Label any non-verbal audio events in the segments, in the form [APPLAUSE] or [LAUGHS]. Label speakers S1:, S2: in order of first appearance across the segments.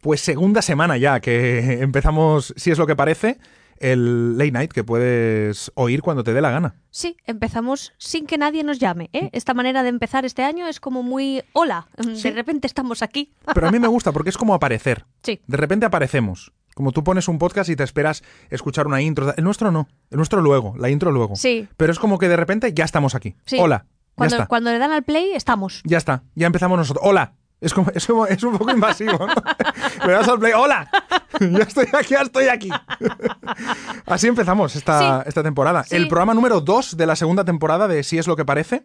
S1: Pues segunda semana ya que [LAUGHS] empezamos, si es lo que parece, el late night que puedes oír cuando te dé la gana.
S2: Sí, empezamos sin que nadie nos llame. ¿eh? Esta manera de empezar este año es como muy hola, mm, de
S1: Sí.
S2: repente estamos aquí.
S1: Pero a mí me gusta porque es como aparecer.
S2: Sí.
S1: De repente aparecemos. Como tú pones un podcast y te esperas escuchar una intro. El nuestro no. El nuestro luego. La intro luego.
S2: Sí.
S1: Pero es como que de repente ya estamos aquí.
S2: Sí.
S1: Hola.
S2: Cuando,
S1: ya está.
S2: cuando le dan al play, estamos.
S1: Ya está. Ya empezamos nosotros. Hola. Es, como, es, como- es un poco invasivo.
S2: [LAUGHS]
S1: ¿no? Me das al play. Hola. Ya estoy aquí. Ya estoy aquí. Así empezamos esta,
S2: Sí.
S1: esta temporada.
S2: Sí.
S1: El programa número 2 de la segunda temporada de Si es lo que parece.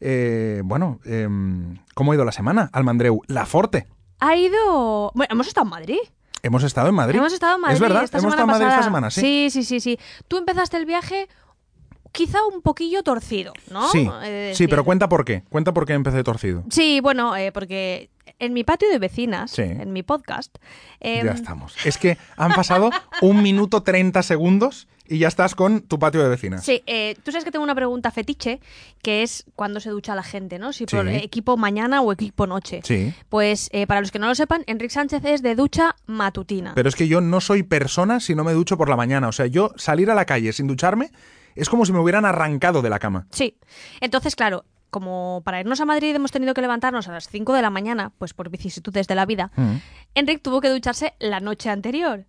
S1: Eh, bueno, em, ¿cómo ha ido la semana? Almandreu, La Forte.
S2: Ha ido. Bueno, hemos estado en Madrid.
S1: Hemos estado en Madrid.
S2: Hemos estado en Madrid.
S1: Es verdad,
S2: esta
S1: hemos
S2: semana
S1: estado en Madrid
S2: pasada.
S1: esta semana, sí.
S2: sí. Sí, sí, sí. Tú empezaste el viaje quizá un poquillo torcido, ¿no?
S1: Sí,
S2: He de
S1: sí,
S2: decir.
S1: pero cuenta por qué. Cuenta por qué empecé torcido.
S2: Sí, bueno, eh, porque en mi patio de vecinas,
S1: Sí.
S2: en mi podcast. em,
S1: ya estamos. Es que han pasado un minuto 30 segundos y ya estás con tu patio de vecinas.
S2: Sí, eh, tú sabes que tengo una pregunta fetiche, que es cuándo se ducha la gente, ¿no? Si
S1: Sí.
S2: por equipo mañana o equipo noche.
S1: Sí.
S2: Pues eh, para los que no lo sepan, Enrique Sánchez es de ducha matutina.
S1: Pero es que yo no soy persona si no me ducho por la mañana. O sea, yo salir a la calle sin ducharme es como si me hubieran arrancado de la cama.
S2: Sí. Entonces, claro, como para irnos a Madrid hemos tenido que levantarnos a las 5 de la mañana, pues por vicisitudes de la vida,
S1: Mm.
S2: Enric tuvo que ducharse la noche anterior,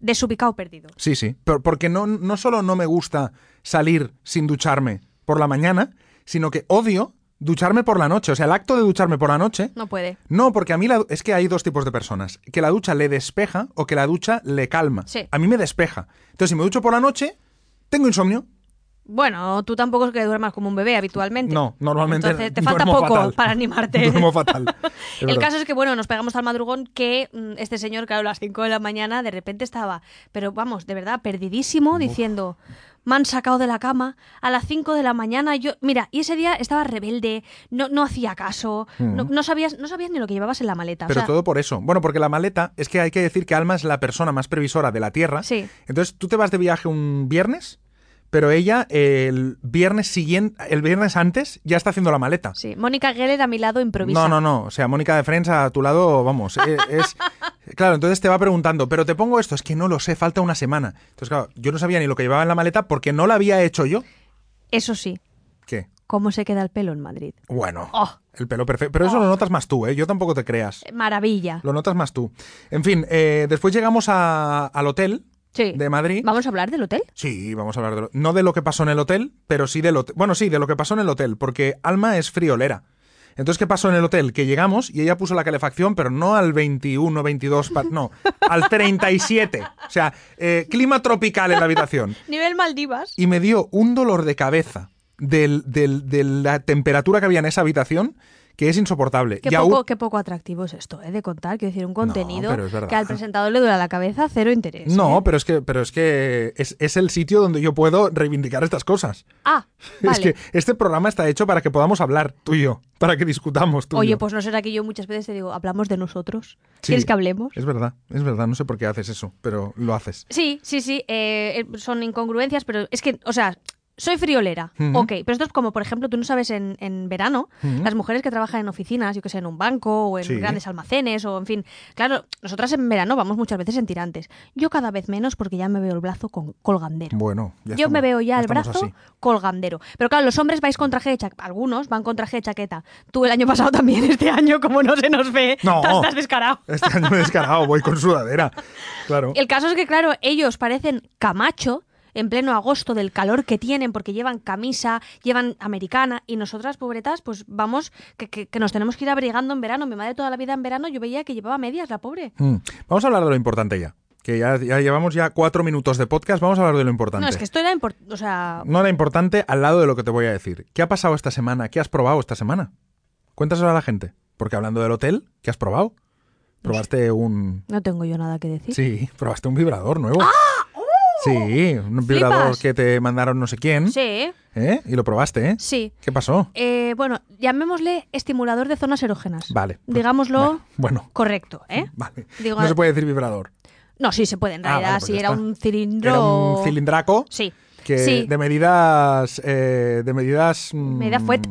S2: desubicado perdido.
S1: Sí, sí. Pero porque no, no solo no me gusta salir sin ducharme por la mañana, sino que odio ducharme por la noche. O sea, el acto de ducharme por la noche
S2: No puede.
S1: No, porque a mí la, es que hay dos tipos de personas. Que la ducha le despeja o que la ducha le calma.
S2: Sí.
S1: A mí me despeja. Entonces, si me ducho por la noche, tengo insomnio.
S2: Bueno, tú tampoco es que duermas como un bebé habitualmente.
S1: No, normalmente
S2: Entonces te falta
S1: [LAUGHS] duermo
S2: poco
S1: fatal.
S2: para animarte.
S1: [LAUGHS] Duermo fatal.
S2: [LAUGHS]
S1: Es
S2: El
S1: verdad.
S2: caso es que, bueno, nos pegamos al madrugón que mm, este señor, claro, a las 5 de la mañana de repente estaba, pero vamos, de verdad, perdidísimo, diciendo, me han sacado de la cama a las 5 de la mañana. Yo, mira, y ese día estaba rebelde, no, no hacía caso, no, no sabías, no sabías ni lo que llevabas en la maleta.
S1: Mm.
S2: o
S1: Pero
S2: sea,
S1: todo por eso. Bueno, porque la maleta, es que hay que decir que Alma es la persona más previsora de la Tierra.
S2: Sí.
S1: Entonces, tú te vas de viaje un viernes, pero ella eh, el viernes siguiente, el viernes antes, ya está haciendo la maleta.
S2: Sí, Mónica Geller a mi lado improvisa.
S1: No, no, no. O sea, Mónica de Frensa a tu lado, vamos. eh,
S2: [LAUGHS]
S1: Es, claro, entonces te va preguntando, pero te pongo esto, es que no lo sé, falta una semana. Entonces, claro, yo no sabía ni lo que llevaba en la maleta porque no la había hecho yo.
S2: Eso sí,
S1: ¿Qué?
S2: ¿cómo se queda el pelo en Madrid?
S1: Bueno,
S2: Oh.
S1: el pelo perfecto. Pero eso lo notas más tú, ¿eh? Yo tampoco te creas.
S2: Maravilla.
S1: Lo notas más tú. En fin, eh, después llegamos a- al hotel
S2: Sí.
S1: de Madrid.
S2: ¿Vamos a hablar del hotel?
S1: Sí, vamos a hablar de lo- no de lo que pasó en el hotel, pero sí de lo bueno, sí, de lo que pasó en el hotel, porque Alma es friolera. Entonces, ¿qué pasó en el hotel? Que llegamos y ella puso la calefacción, pero no al 21, 22, pa- no, al 37. O sea, eh, clima tropical en la habitación.
S2: Nivel Maldivas.
S1: Y me dio un dolor de cabeza del- del- de la temperatura que había en esa habitación que es insoportable.
S2: Qué
S1: Y aún-
S2: poco, qué poco atractivo es esto, ¿eh? De contar, quiero decir, un contenido
S1: pero es verdad.
S2: que al presentador le dura la cabeza, cero interés.
S1: No,
S2: ¿eh?
S1: pero es que, pero es, que es, es el sitio donde yo puedo reivindicar estas cosas.
S2: Ah,
S1: [LAUGHS] Es
S2: vale.
S1: que este programa está hecho para que podamos hablar tú y yo, para que discutamos tú y
S2: Oye,
S1: yo.
S2: pues no será que yo muchas veces te digo, hablamos de nosotros.
S1: Sí.
S2: ¿Quieres que hablemos?
S1: Es verdad, es verdad, no sé por qué haces eso, pero lo haces.
S2: Sí, sí, sí. eh, eh, son incongruencias, pero es que, o sea. Soy friolera,
S1: Ujú.
S2: ok, pero esto es como, por ejemplo, tú no sabes en, en verano,
S1: Ujú.
S2: las mujeres que trabajan en oficinas, yo que sé, en un banco o en
S1: Sí.
S2: grandes almacenes o en fin, claro, nosotras en verano vamos muchas veces en tirantes. Yo cada vez menos porque ya me veo el brazo con colgandero.
S1: Bueno, ya
S2: Yo
S1: estamos-
S2: me veo ya el
S1: estamos
S2: brazo
S1: así.
S2: colgandero. Pero claro, los hombres vais con traje de chaqueta. Algunos van con traje de chaqueta. Tú el año pasado también, [LAUGHS] este año, como no se nos ve,
S1: No.
S2: estás, estás descarado.
S1: Este año me he descarado, voy con sudadera. Claro.
S2: El caso es que, claro, ellos parecen camacho en pleno agosto del calor que tienen porque llevan camisa, llevan americana y nosotras, pobretas, pues vamos, que, que- que nos tenemos que ir abrigando en verano. Mi madre toda la vida en verano yo veía que llevaba medias, la pobre.
S1: Mm. Vamos a hablar de lo importante ya, que ya, ya llevamos ya cuatro minutos de podcast, vamos a hablar de lo importante.
S2: No, es que esto era importante, o sea...
S1: No era importante al lado de lo que te voy a decir. ¿Qué ha pasado esta semana? ¿Qué has probado esta semana? Cuéntaselo a la gente, porque hablando del hotel, ¿qué has probado? Probaste un
S2: No tengo yo nada que decir.
S1: Sí, probaste un vibrador nuevo. Sí, un vibrador
S2: ¡Ah! ¡Oh! Flipas.
S1: que te mandaron no sé quién.
S2: Sí,
S1: ¿eh? Y lo probaste, ¿eh?
S2: sí.
S1: ¿Qué pasó?
S2: Eh, bueno, llamémosle estimulador de zonas erógenas.
S1: Vale.
S2: Digámoslo
S1: Bueno,
S2: correcto, ¿eh?
S1: vale.
S2: Digo,
S1: no se puede decir vibrador.
S2: No, sí se puede en
S1: Ah,
S2: realidad.
S1: vale, pues
S2: si
S1: ya
S2: era
S1: está.
S2: un cilindro.
S1: Era un cilindraco
S2: Sí.
S1: que
S2: sí.
S1: de medidas. mm, eh, de medidas. mm,
S2: Medida fuet.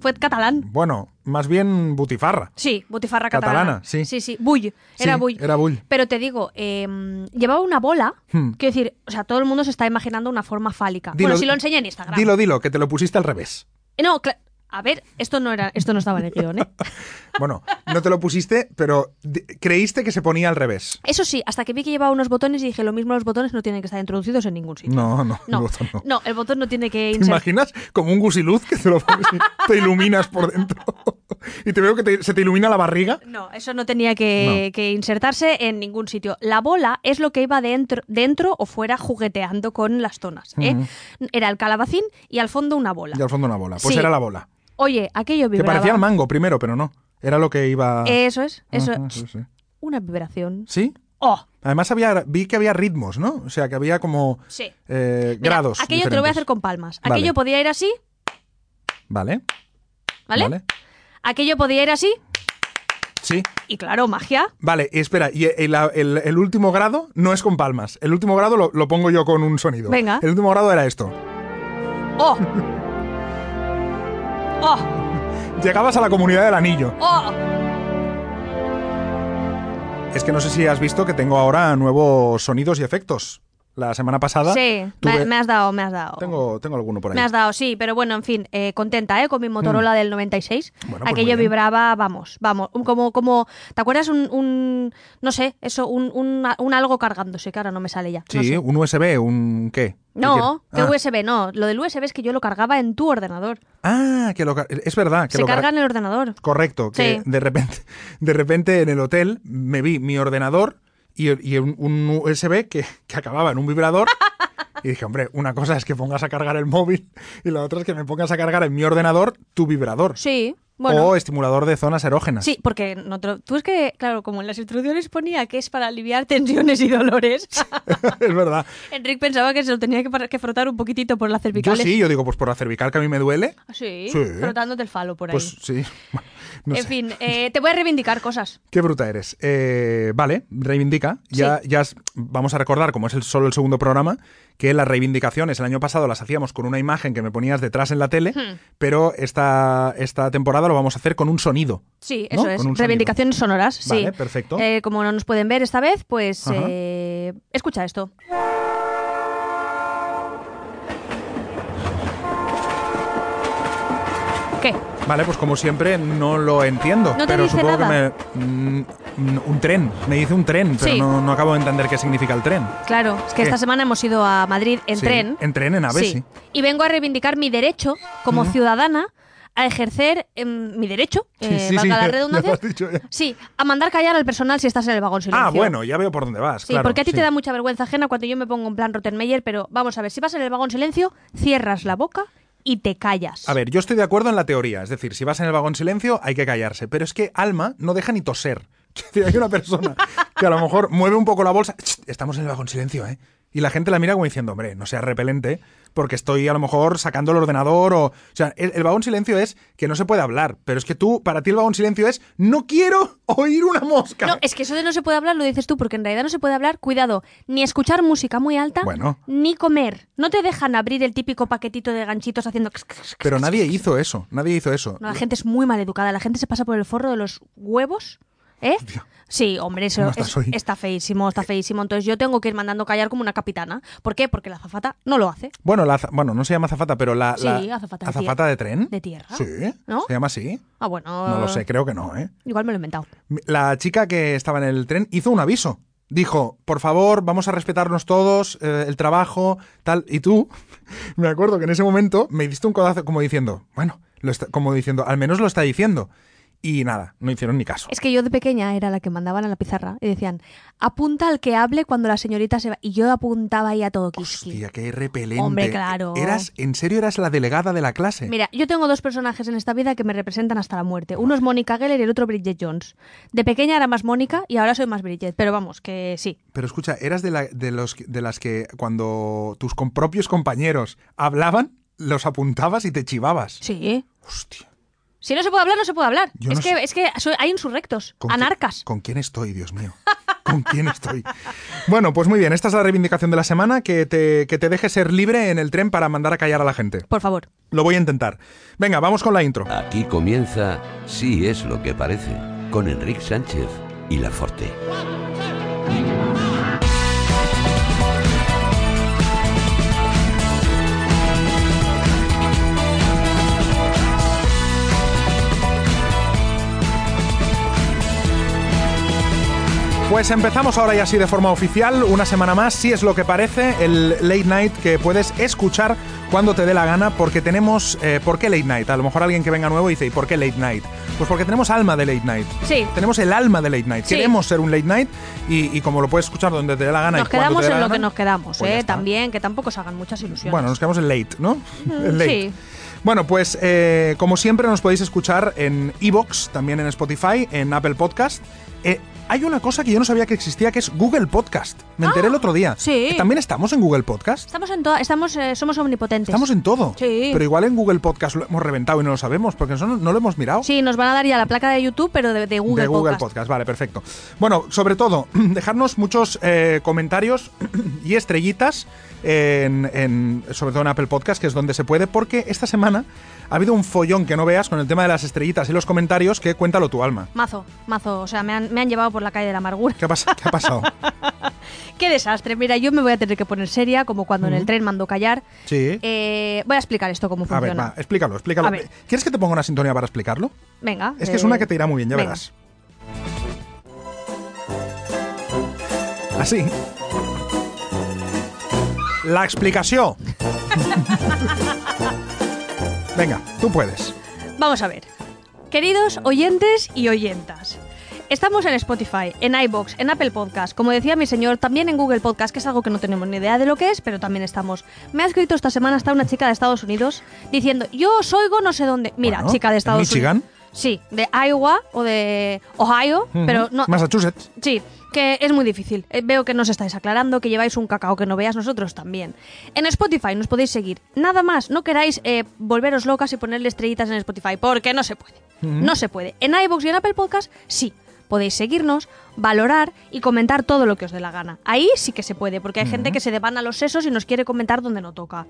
S2: Fue catalán.
S1: Bueno, más bien butifarra.
S2: Sí, butifarra
S1: Catalana,
S2: catalana.
S1: sí.
S2: Sí, sí. Bull. Era
S1: Sí,
S2: Bull.
S1: Era Bull.
S2: Pero te digo, eh, llevaba una bola.
S1: Hmm.
S2: Quiero decir, o sea, todo el mundo se está imaginando una forma fálica.
S1: Dilo-
S2: bueno, si lo enseñé en Instagram.
S1: Dilo, dilo, que te lo pusiste al revés.
S2: Eh, No, cla- a ver, esto no era, esto no estaba en el
S1: [LAUGHS]
S2: guión, ¿eh?
S1: Bueno, no te lo pusiste, pero de- creíste que se ponía al revés.
S2: Eso sí, hasta que vi que llevaba unos botones y dije, lo mismo los botones no tienen que estar introducidos en ningún sitio.
S1: No, no,
S2: No,
S1: el botón no.
S2: no, el botón no tiene que
S1: ¿Te
S2: insertar.
S1: imaginas? Como un gusiluz que te, lo pones y te iluminas por dentro. [LAUGHS] y te veo que te- se te ilumina la barriga.
S2: No, eso no tenía que, que insertarse en ningún sitio. La bola es lo que iba dentro, dentro o fuera jugueteando con las zonas. ¿eh? Era el calabacín y al fondo una bola.
S1: Y al fondo una bola. Pues
S2: Sí.
S1: era la bola.
S2: Oye, aquello
S1: Que
S2: vibraba.
S1: parecía el mango primero, pero no. Era lo que iba.
S2: Eso es, eso
S1: Ajá,
S2: es.
S1: sí, sí.
S2: Una vibración.
S1: ¿Sí?
S2: ¡Oh!
S1: Además había, vi que había ritmos, ¿no? O sea, que había como
S2: Sí.
S1: eh,
S2: Mira,
S1: grados.
S2: Aquello te lo voy a hacer
S1: diferentes.
S2: con palmas.
S1: Vale.
S2: Aquello podía ir así,
S1: Vale,
S2: ¿vale? Aquello podía ir así.
S1: Sí.
S2: Y claro, magia.
S1: Vale, y espera, y el, el- el último grado no es con palmas. El último grado lo, lo pongo yo con un sonido.
S2: Venga.
S1: El último grado era esto. [LAUGHS]
S2: ¡Oh! ¡Oh!
S1: Llegabas a la comunidad del anillo.
S2: ¡Oh!
S1: Es que no sé si has visto que tengo ahora nuevos sonidos y efectos. La semana pasada.
S2: Sí,
S1: tuve-
S2: me, me has dado, me has dado.
S1: Tengo, tengo alguno por ahí.
S2: Me has dado, sí, pero bueno, en fin, eh, contenta, ¿eh? Con mi Motorola del 96.
S1: Hmm. Bueno, pues muy
S2: Aquello
S1: bien.
S2: vibraba, vamos, vamos. un- Como, como, ¿te acuerdas un, un- no sé, eso, un, un, un algo cargándose, que ahora no me sale ya.
S1: Sí,
S2: no sé.
S1: un USB, un qué. ¿Qué
S2: No, que
S1: quiere? ah,
S2: USB no. Lo del USB es que yo lo cargaba en tu ordenador.
S1: Ah, que lo car- es verdad que
S2: Se
S1: lo car-
S2: carga en el ordenador.
S1: Correcto, que
S2: Sí.
S1: de repente [LAUGHS] de repente en el hotel me vi mi ordenador y, y un, un USB que, que acababa en un
S2: [LAUGHS]
S1: vibrador. Y dije, hombre, una cosa es que pongas a cargar el móvil y la otra es que me pongas a cargar en mi ordenador tu vibrador
S2: Sí, bueno.
S1: o estimulador de zonas erógenas.
S2: Sí, porque no te lo- tú es que, claro, como en las instrucciones ponía que es para aliviar [LAUGHS] tensiones y dolores,
S1: [LAUGHS]
S2: [LAUGHS]
S1: es verdad.
S2: Enric pensaba que se lo tenía que, par- que frotar un poquitito por las
S1: Yo
S2: cervicales.
S1: sí, yo digo, pues por la cervical que a mí me duele,
S2: Ah, Sí,
S1: Sí.
S2: frotándote el falo por ahí.
S1: pues sí. [LAUGHS] Bueno, no
S2: en
S1: sé.
S2: fin, eh, te voy a reivindicar cosas.
S1: Qué bruta eres. Eh, vale, reivindica. Ya, ya es- vamos a recordar, como es el, solo el segundo programa, que las reivindicaciones el año pasado las hacíamos con una imagen que me ponías detrás en la tele,
S2: Hmm.
S1: pero esta, esta temporada lo vamos a hacer con un sonido.
S2: Sí,
S1: ¿No?
S2: eso es.
S1: Con un sonido.
S2: Reivindicaciones sonoras, sí.
S1: Vale, perfecto.
S2: Eh, como no nos pueden ver esta vez, pues
S1: Ajá.
S2: eh, escucha esto. ¿Qué?
S1: Vale, pues como siempre no lo entiendo,
S2: No te
S1: pero
S2: dice
S1: supongo
S2: nada.
S1: que me... mm, mm, un tren, me dice un tren, pero
S2: Sí.
S1: no, no acabo de entender qué significa el tren.
S2: Claro, es
S1: ¿Qué?
S2: que esta semana hemos ido a Madrid en
S1: Sí,
S2: tren.
S1: En tren, en ave, sí.
S2: Y vengo a reivindicar mi derecho como ciudadana a ejercer em, mi derecho, eh,
S1: sí, sí, [LAUGHS]
S2: valga
S1: ya-
S2: la
S1: ya lo
S2: redundancia.
S1: has dicho ya.
S2: Sí, a mandar callar al personal si estás en el vagón silencio.
S1: Ah, bueno, ya veo por dónde vas.
S2: Sí,
S1: claro,
S2: porque a ti
S1: sí.
S2: te da mucha vergüenza ajena cuando yo me pongo en plan Rottenmeier, pero vamos a ver, si vas en el vagón silencio, cierras la boca y te callas.
S1: A ver, yo estoy de acuerdo en la teoría, es decir, si vas en el vagón silencio hay que callarse, pero es que Alma no deja ni toser. [LAUGHS] Es decir, Hay una persona que a lo mejor mueve un poco la bolsa, "Ch, estamos en el vagón silencio, ¿eh? Y la gente la mira como diciendo, hombre, no sea repelente, porque estoy a lo mejor sacando el ordenador o... O sea, el, el vagón silencio es que no se puede hablar, pero es que tú, para ti el vagón silencio es, no quiero oír una mosca.
S2: No, es que eso de no se puede hablar lo dices tú, porque en realidad no se puede hablar, cuidado, ni escuchar música muy alta,
S1: Bueno.
S2: ni comer. No te dejan abrir el típico paquetito de ganchitos haciendo...
S1: Pero nadie hizo eso, nadie hizo eso.
S2: No, la gente es muy mal educada, la gente se pasa por el forro de los huevos, ¿eh? Sí, hombre, eso
S1: ¿Cómo estás
S2: es-
S1: hoy?
S2: está feísimo,
S1: Eh.
S2: está feísimo. Entonces yo tengo que ir mandando callar como una capitana. ¿Por qué? Porque la zafata no lo hace.
S1: Bueno, la, aza- bueno, no se llama azafata, pero la...
S2: Sí,
S1: la-
S2: azafata de
S1: azafata
S2: tier-
S1: de tren.
S2: de tierra.
S1: Sí,
S2: ¿No?
S1: se llama así.
S2: Ah, bueno.
S1: No lo sé, creo que no, ¿eh?
S2: Igual me lo he inventado.
S1: La chica que estaba en el tren hizo un aviso. Dijo, por favor, vamos a respetarnos todos, eh, el trabajo, tal. Y tú, [LAUGHS] me acuerdo que en ese momento me diste un codazo como diciendo, bueno, lo está- como diciendo, al menos lo está diciendo. Y nada, no hicieron ni caso.
S2: Es que yo de pequeña era la que mandaban a la pizarra y decían, apunta al que hable cuando la señorita se va. Y yo apuntaba ahí a todo Kiski.
S1: Hostia, qué repelente.
S2: Hombre, claro.
S1: Eras, en serio, eras la delegada de la clase.
S2: Mira, yo tengo dos personajes en esta vida que me representan hasta la muerte. Uno es Mónica Geller y el otro Bridget Jones. De pequeña era más Mónica y ahora soy más Bridget. Pero vamos, que sí.
S1: Pero escucha, eras de, la- de los, que- de las que cuando tus com- propios compañeros hablaban, los apuntabas y te chivabas.
S2: Sí.
S1: Hostia.
S2: Si no se puede hablar, no se puede hablar.
S1: Yo
S2: es,
S1: no
S2: que,
S1: sé.
S2: es que soy- hay insurrectos,
S1: ¿Con qui-
S2: anarcas.
S1: ¿Con quién estoy, Dios mío? ¿Con quién estoy? Bueno, pues muy bien, esta es la reivindicación de la semana, que te, que te deje ser libre en el tren para mandar a callar a la gente.
S2: Por favor.
S1: Lo voy a intentar. Venga, vamos con la intro.
S3: Aquí comienza Sí es lo que parece, con Enrique Sánchez y La Forte.
S1: Pues empezamos ahora ya así de forma oficial, una semana más, si es lo que parece, el late night que puedes escuchar cuando te dé la gana, porque tenemos... eh, ¿Por qué late night? A lo mejor alguien que venga nuevo dice, ¿y por qué late night? Pues porque tenemos alma de late night.
S2: Sí.
S1: Tenemos el alma de late night.
S2: Sí.
S1: Queremos ser un late night y, y como lo puedes escuchar donde te dé la gana
S2: Nos
S1: y cuando
S2: quedamos
S1: te dé
S2: en
S1: la
S2: lo que
S1: gana,
S2: nos quedamos,
S1: pues ya
S2: ¿eh?
S1: está.
S2: También, que tampoco se hagan muchas ilusiones.
S1: Bueno, nos quedamos en late, ¿no?
S2: Mm,
S1: late.
S2: sí.
S1: Bueno, pues eh, como siempre nos podéis escuchar en Evox, también en Spotify, en Apple Podcast. Eh, hay una cosa que yo no sabía que existía, que es Google Podcast. Me enteré el otro día.
S2: Ah, sí.
S1: Que También estamos en Google Podcast.
S2: Estamos en toda- estamos, eh, somos omnipotentes.
S1: Estamos en todo.
S2: Sí.
S1: Pero igual en Google Podcast lo hemos reventado y no lo sabemos, porque nosotros no lo hemos mirado.
S2: Sí, nos van a dar ya la placa de YouTube, pero de, de Google,
S1: de Google
S2: Podcast.
S1: Podcast. Vale, perfecto. Bueno, sobre todo, [CLEARS THROAT] dejarnos muchos eh, comentarios [CLEARS THROAT] y estrellitas, en, en- sobre todo en Apple Podcast, que es donde se puede, porque esta semana ha habido un follón que no veas con el tema de las estrellitas y los comentarios, que cuéntalo tu alma.
S2: Mazo, mazo, o sea, me han, me han llevado por la calle de la amargura. [LAUGHS]
S1: ¿Qué ha, pas- qué ha pasado?
S2: Qué desastre, mira, yo me voy a tener que poner seria, como cuando en el tren mando callar.
S1: Sí.
S2: Eh, voy a explicar esto cómo
S1: A
S2: funciona.
S1: ver, va, explícalo, explícalo.
S2: A ver.
S1: ¿Quieres que te ponga una sintonía para explicarlo?
S2: Venga.
S1: Es que es
S2: eh,
S1: una que te irá muy bien, ya
S2: venga.
S1: verás. Así. La
S2: [LAUGHS]
S1: explicación. Venga, tú puedes.
S2: Vamos a ver. Queridos oyentes y oyentas. Estamos en Spotify, en iBox, en Apple Podcast, como decía mi señor, también en Google Podcast, que es algo que no tenemos ni idea de lo que es, pero también estamos. Me ha escrito esta semana hasta una chica de Estados Unidos diciendo, yo os oigo no sé dónde. Mira,
S1: Bueno,
S2: chica de
S1: ¿en
S2: Estados
S1: Michigan?
S2: Unidos. Sí, de Iowa o de Ohio, pero no,
S1: Massachusetts.
S2: Sí, que es muy difícil. Eh, Veo que nos estáis aclarando, que lleváis un cacao que no veas nosotros también. En Spotify nos podéis seguir. Nada más, no queráis eh, volveros locas y ponerle estrellitas en Spotify, porque no se puede. No se puede. En iVoox y en Apple Podcast, sí. Podéis seguirnos, valorar y comentar todo lo que os dé la gana. Ahí sí que se puede, porque hay gente que se devana los sesos y nos quiere comentar donde no toca.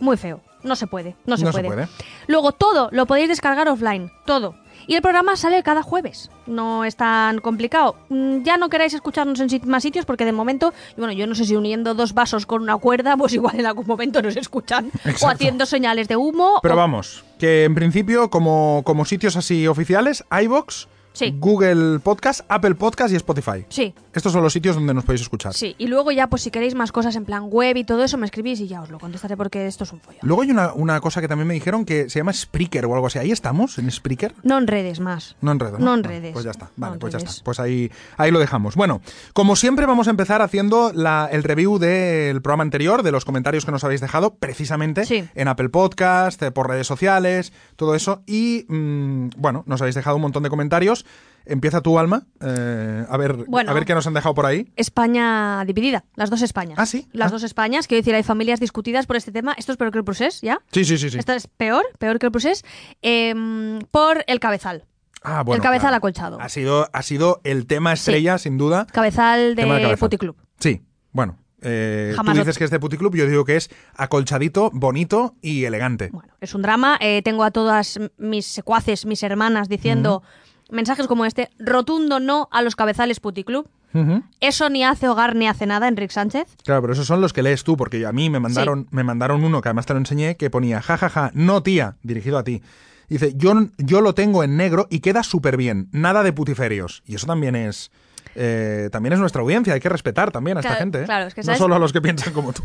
S2: Muy feo. No se puede. No se,
S1: No se
S2: puede.
S1: puede.
S2: Luego todo lo podéis descargar offline, todo. Y el programa sale cada jueves. No es tan complicado. Mm, Ya no queráis escucharnos en sit- más sitios porque de momento, bueno, yo no sé si uniendo dos vasos con una cuerda, pues igual en algún momento nos escuchan. O
S1: Exacto.
S2: haciendo señales de humo.
S1: Pero
S2: o-
S1: vamos, que en principio, como, como sitios así oficiales, iBox,
S2: Sí.
S1: Google Podcast, Apple Podcast y Spotify.
S2: Sí,
S1: Estos son los sitios donde nos podéis escuchar.
S2: sí. Y luego ya, pues si queréis más cosas en plan web y todo eso, me escribís y ya os lo contestaré porque esto es un follón.
S1: Luego hay una, una cosa que también me dijeron que se llama Spreaker o algo así. Ahí estamos, en Spreaker.
S2: No en redes más.
S1: No en redes.
S2: No en redes.
S1: Pues ya está.
S2: No
S1: Vale,
S2: en
S1: pues ya
S2: redes.
S1: está. Pues ahí, ahí lo dejamos. Bueno, como siempre vamos a empezar haciendo la- el review del programa anterior, de los comentarios que nos habéis dejado, precisamente
S2: Sí.
S1: en Apple Podcast, eh, por redes sociales, todo eso. Y mm, bueno, nos habéis dejado un montón de comentarios. Empieza tu alma. eh, a ver,
S2: Bueno.
S1: a ver qué nos han dejado por ahí.
S2: España dividida, las dos Españas.
S1: Ah, sí.
S2: Las
S1: Ah.
S2: dos Españas, quiero decir, hay familias discutidas por este tema. Esto es peor que el procés, ¿ya?
S1: Sí, sí, sí, sí.
S2: Esto es peor, peor que el procés. em, por el cabezal.
S1: Ah, bueno,
S2: el cabezal
S1: claro.
S2: acolchado.
S1: Ha sido, ha sido el tema estrella, sin duda.
S2: Cabezal
S1: Tema de
S2: de
S1: cabezal.
S2: Puticlub.
S1: Sí, bueno. eh, tú
S2: Jamás lo-
S1: dices que es de Puticlub, yo digo que es acolchadito, bonito y elegante.
S2: Bueno, es un drama. eh, tengo a todas mis secuaces, mis hermanas, diciendo mensajes como este: rotundo no a los cabezales Puticlub.
S1: Ujú.
S2: Eso ni hace hogar ni hace nada, Enrique Sánchez. [LAUGHS]
S1: Claro, pero esos son los que lees tú, porque a mí me mandaron, me mandaron uno que además te lo enseñé, que ponía, jajaja, ja, ja, no tía, dirigido a ti. Dice, yo, yo lo tengo en negro y queda súper bien, nada de putiferios. Y eso también es... eh, también es nuestra audiencia, hay que respetar también a esta
S2: Claro,
S1: gente. ¿eh?
S2: claro, es que
S1: no
S2: sabes-
S1: solo a los que piensan como
S2: [LAUGHS]
S1: tú,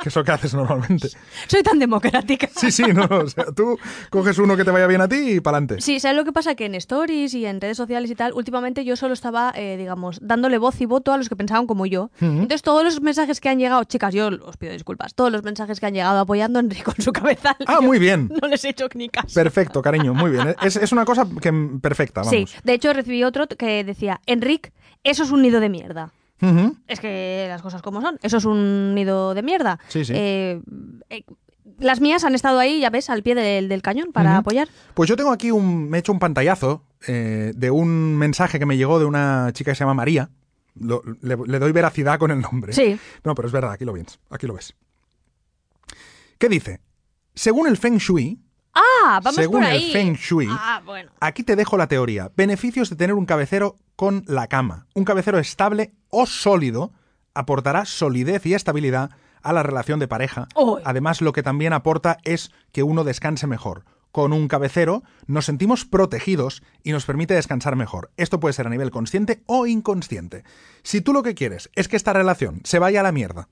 S1: que es lo que haces normalmente.
S2: Soy tan democrática.
S1: Sí, sí, no, o sea, tú coges uno que te vaya bien a ti y para adelante.
S2: Sí, ¿sabes lo que pasa? Que en stories y en redes sociales y tal, últimamente yo solo estaba, eh, digamos, dándole voz y voto a los que pensaban como yo. Entonces, todos los mensajes que han llegado, chicas, yo os pido disculpas, todos los mensajes que han llegado apoyando a Enrique con su cabezal.
S1: Ah,
S2: yo
S1: muy bien.
S2: [LAUGHS] No les he hecho ni caso.
S1: Perfecto, cariño, muy bien. Es, es una cosa que perfecta,
S2: sí,
S1: vamos.
S2: de hecho recibí otro que decía, Enrique, eso es un nido de mierda.
S1: Ujú.
S2: Es que las cosas como son, eso es un nido de mierda.
S1: Sí, sí.
S2: Eh, eh, las mías han estado ahí, ya ves, al pie del, del cañón para
S1: Ujú.
S2: apoyar.
S1: Pues yo tengo aquí un. Me he hecho un pantallazo eh, de un mensaje que me llegó de una chica que se llama María. Lo- le, le doy veracidad con el nombre.
S2: Sí.
S1: No, pero es verdad, aquí lo ves. Aquí lo ves. ¿Qué dice? Según el Feng Shui,
S2: Ah, vamos
S1: Según
S2: por
S1: el
S2: ahí.
S1: Feng Shui,
S2: Ah, bueno.
S1: aquí te dejo la teoría. Beneficios de tener un cabecero con la cama. Un cabecero estable o sólido aportará solidez y estabilidad a la relación de pareja.
S2: Uy.
S1: Además, lo que también aporta es que uno descanse mejor. Con un cabecero nos sentimos protegidos y nos permite descansar mejor. Esto puede ser a nivel consciente o inconsciente. Si tú lo que quieres es que esta relación se vaya a la mierda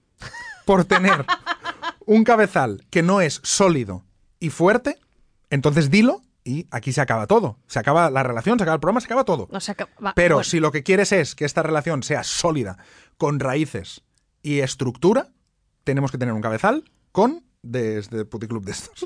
S1: por tener un cabezal que no es sólido y fuerte, entonces dilo y aquí se acaba todo. Se acaba la relación, se acaba el programa, se acaba todo.
S2: No sé qué- va,
S1: Pero
S2: Ah, bueno.
S1: si lo que quieres es que esta relación sea sólida, con raíces y estructura, tenemos que tener un cabezal con desde puticlub de estos.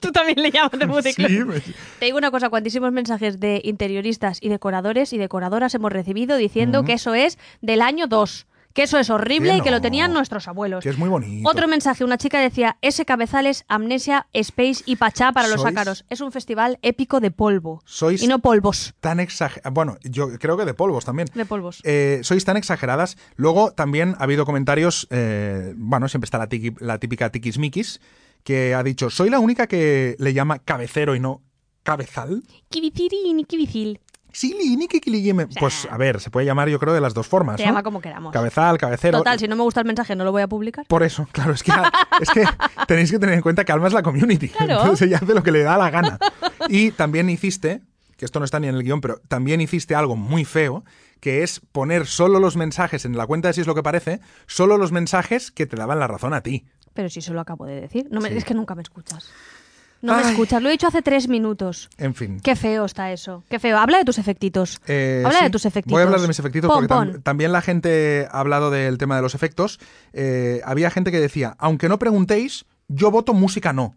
S2: Tú también le llamas de puticlub.
S1: Sí, me-
S2: Te digo una cosa, cuantísimos mensajes de interioristas y decoradores y decoradoras hemos recibido diciendo que eso es del año 2, que eso es horrible
S1: Que
S2: y que lo
S1: no.
S2: tenían nuestros
S1: pues,
S2: abuelos.
S1: que es muy bonito.
S2: Otro mensaje, una chica decía, ese cabezal es Amnesia, Space y Pachá para los
S1: Sois-
S2: ácaros. Es un festival épico de polvo.
S1: Sois-
S2: Y no polvos.
S1: Tan exagerado. Bueno, yo creo que de polvos también.
S2: De polvos.
S1: Eh, sois tan exageradas. Luego también ha habido comentarios, eh, bueno, siempre está la, tiqui- la típica tiquismiquis, que ha dicho, soy la única que le llama cabecero y no cabezal.
S2: Kibicirín y kibicil.
S1: Sí, li- ni que quililleme. Pues a ver, se puede llamar yo creo de las dos formas.
S2: Se
S1: ¿no?
S2: llama como queramos.
S1: Cabezal, cabecero.
S2: Total, si no me gusta el mensaje no lo voy a publicar.
S1: Por eso, claro, es que, [LAUGHS] es que tenéis que tener en cuenta que Alma es la community.
S2: Claro.
S1: Entonces ella hace lo que le da la gana. Y también hiciste, que esto no está ni en el guión, pero también hiciste algo muy feo, que es poner solo los mensajes en la cuenta de si es lo que parece, solo los mensajes que te daban la razón a ti.
S2: Pero si se lo acabo de decir. No me-
S1: Sí.
S2: Es que nunca me escuchas. No me
S1: Ay.
S2: escuchas. Lo he dicho hace tres minutos.
S1: En fin.
S2: Qué feo está eso. Qué feo. Habla de tus efectitos.
S1: Eh,
S2: Habla
S1: sí,
S2: de tus efectitos.
S1: Voy a hablar de mis efectitos
S2: Pon,
S1: porque tam-
S2: pon.
S1: también la gente ha hablado del tema de los efectos. Eh, había gente que decía, aunque no preguntéis, yo voto música no.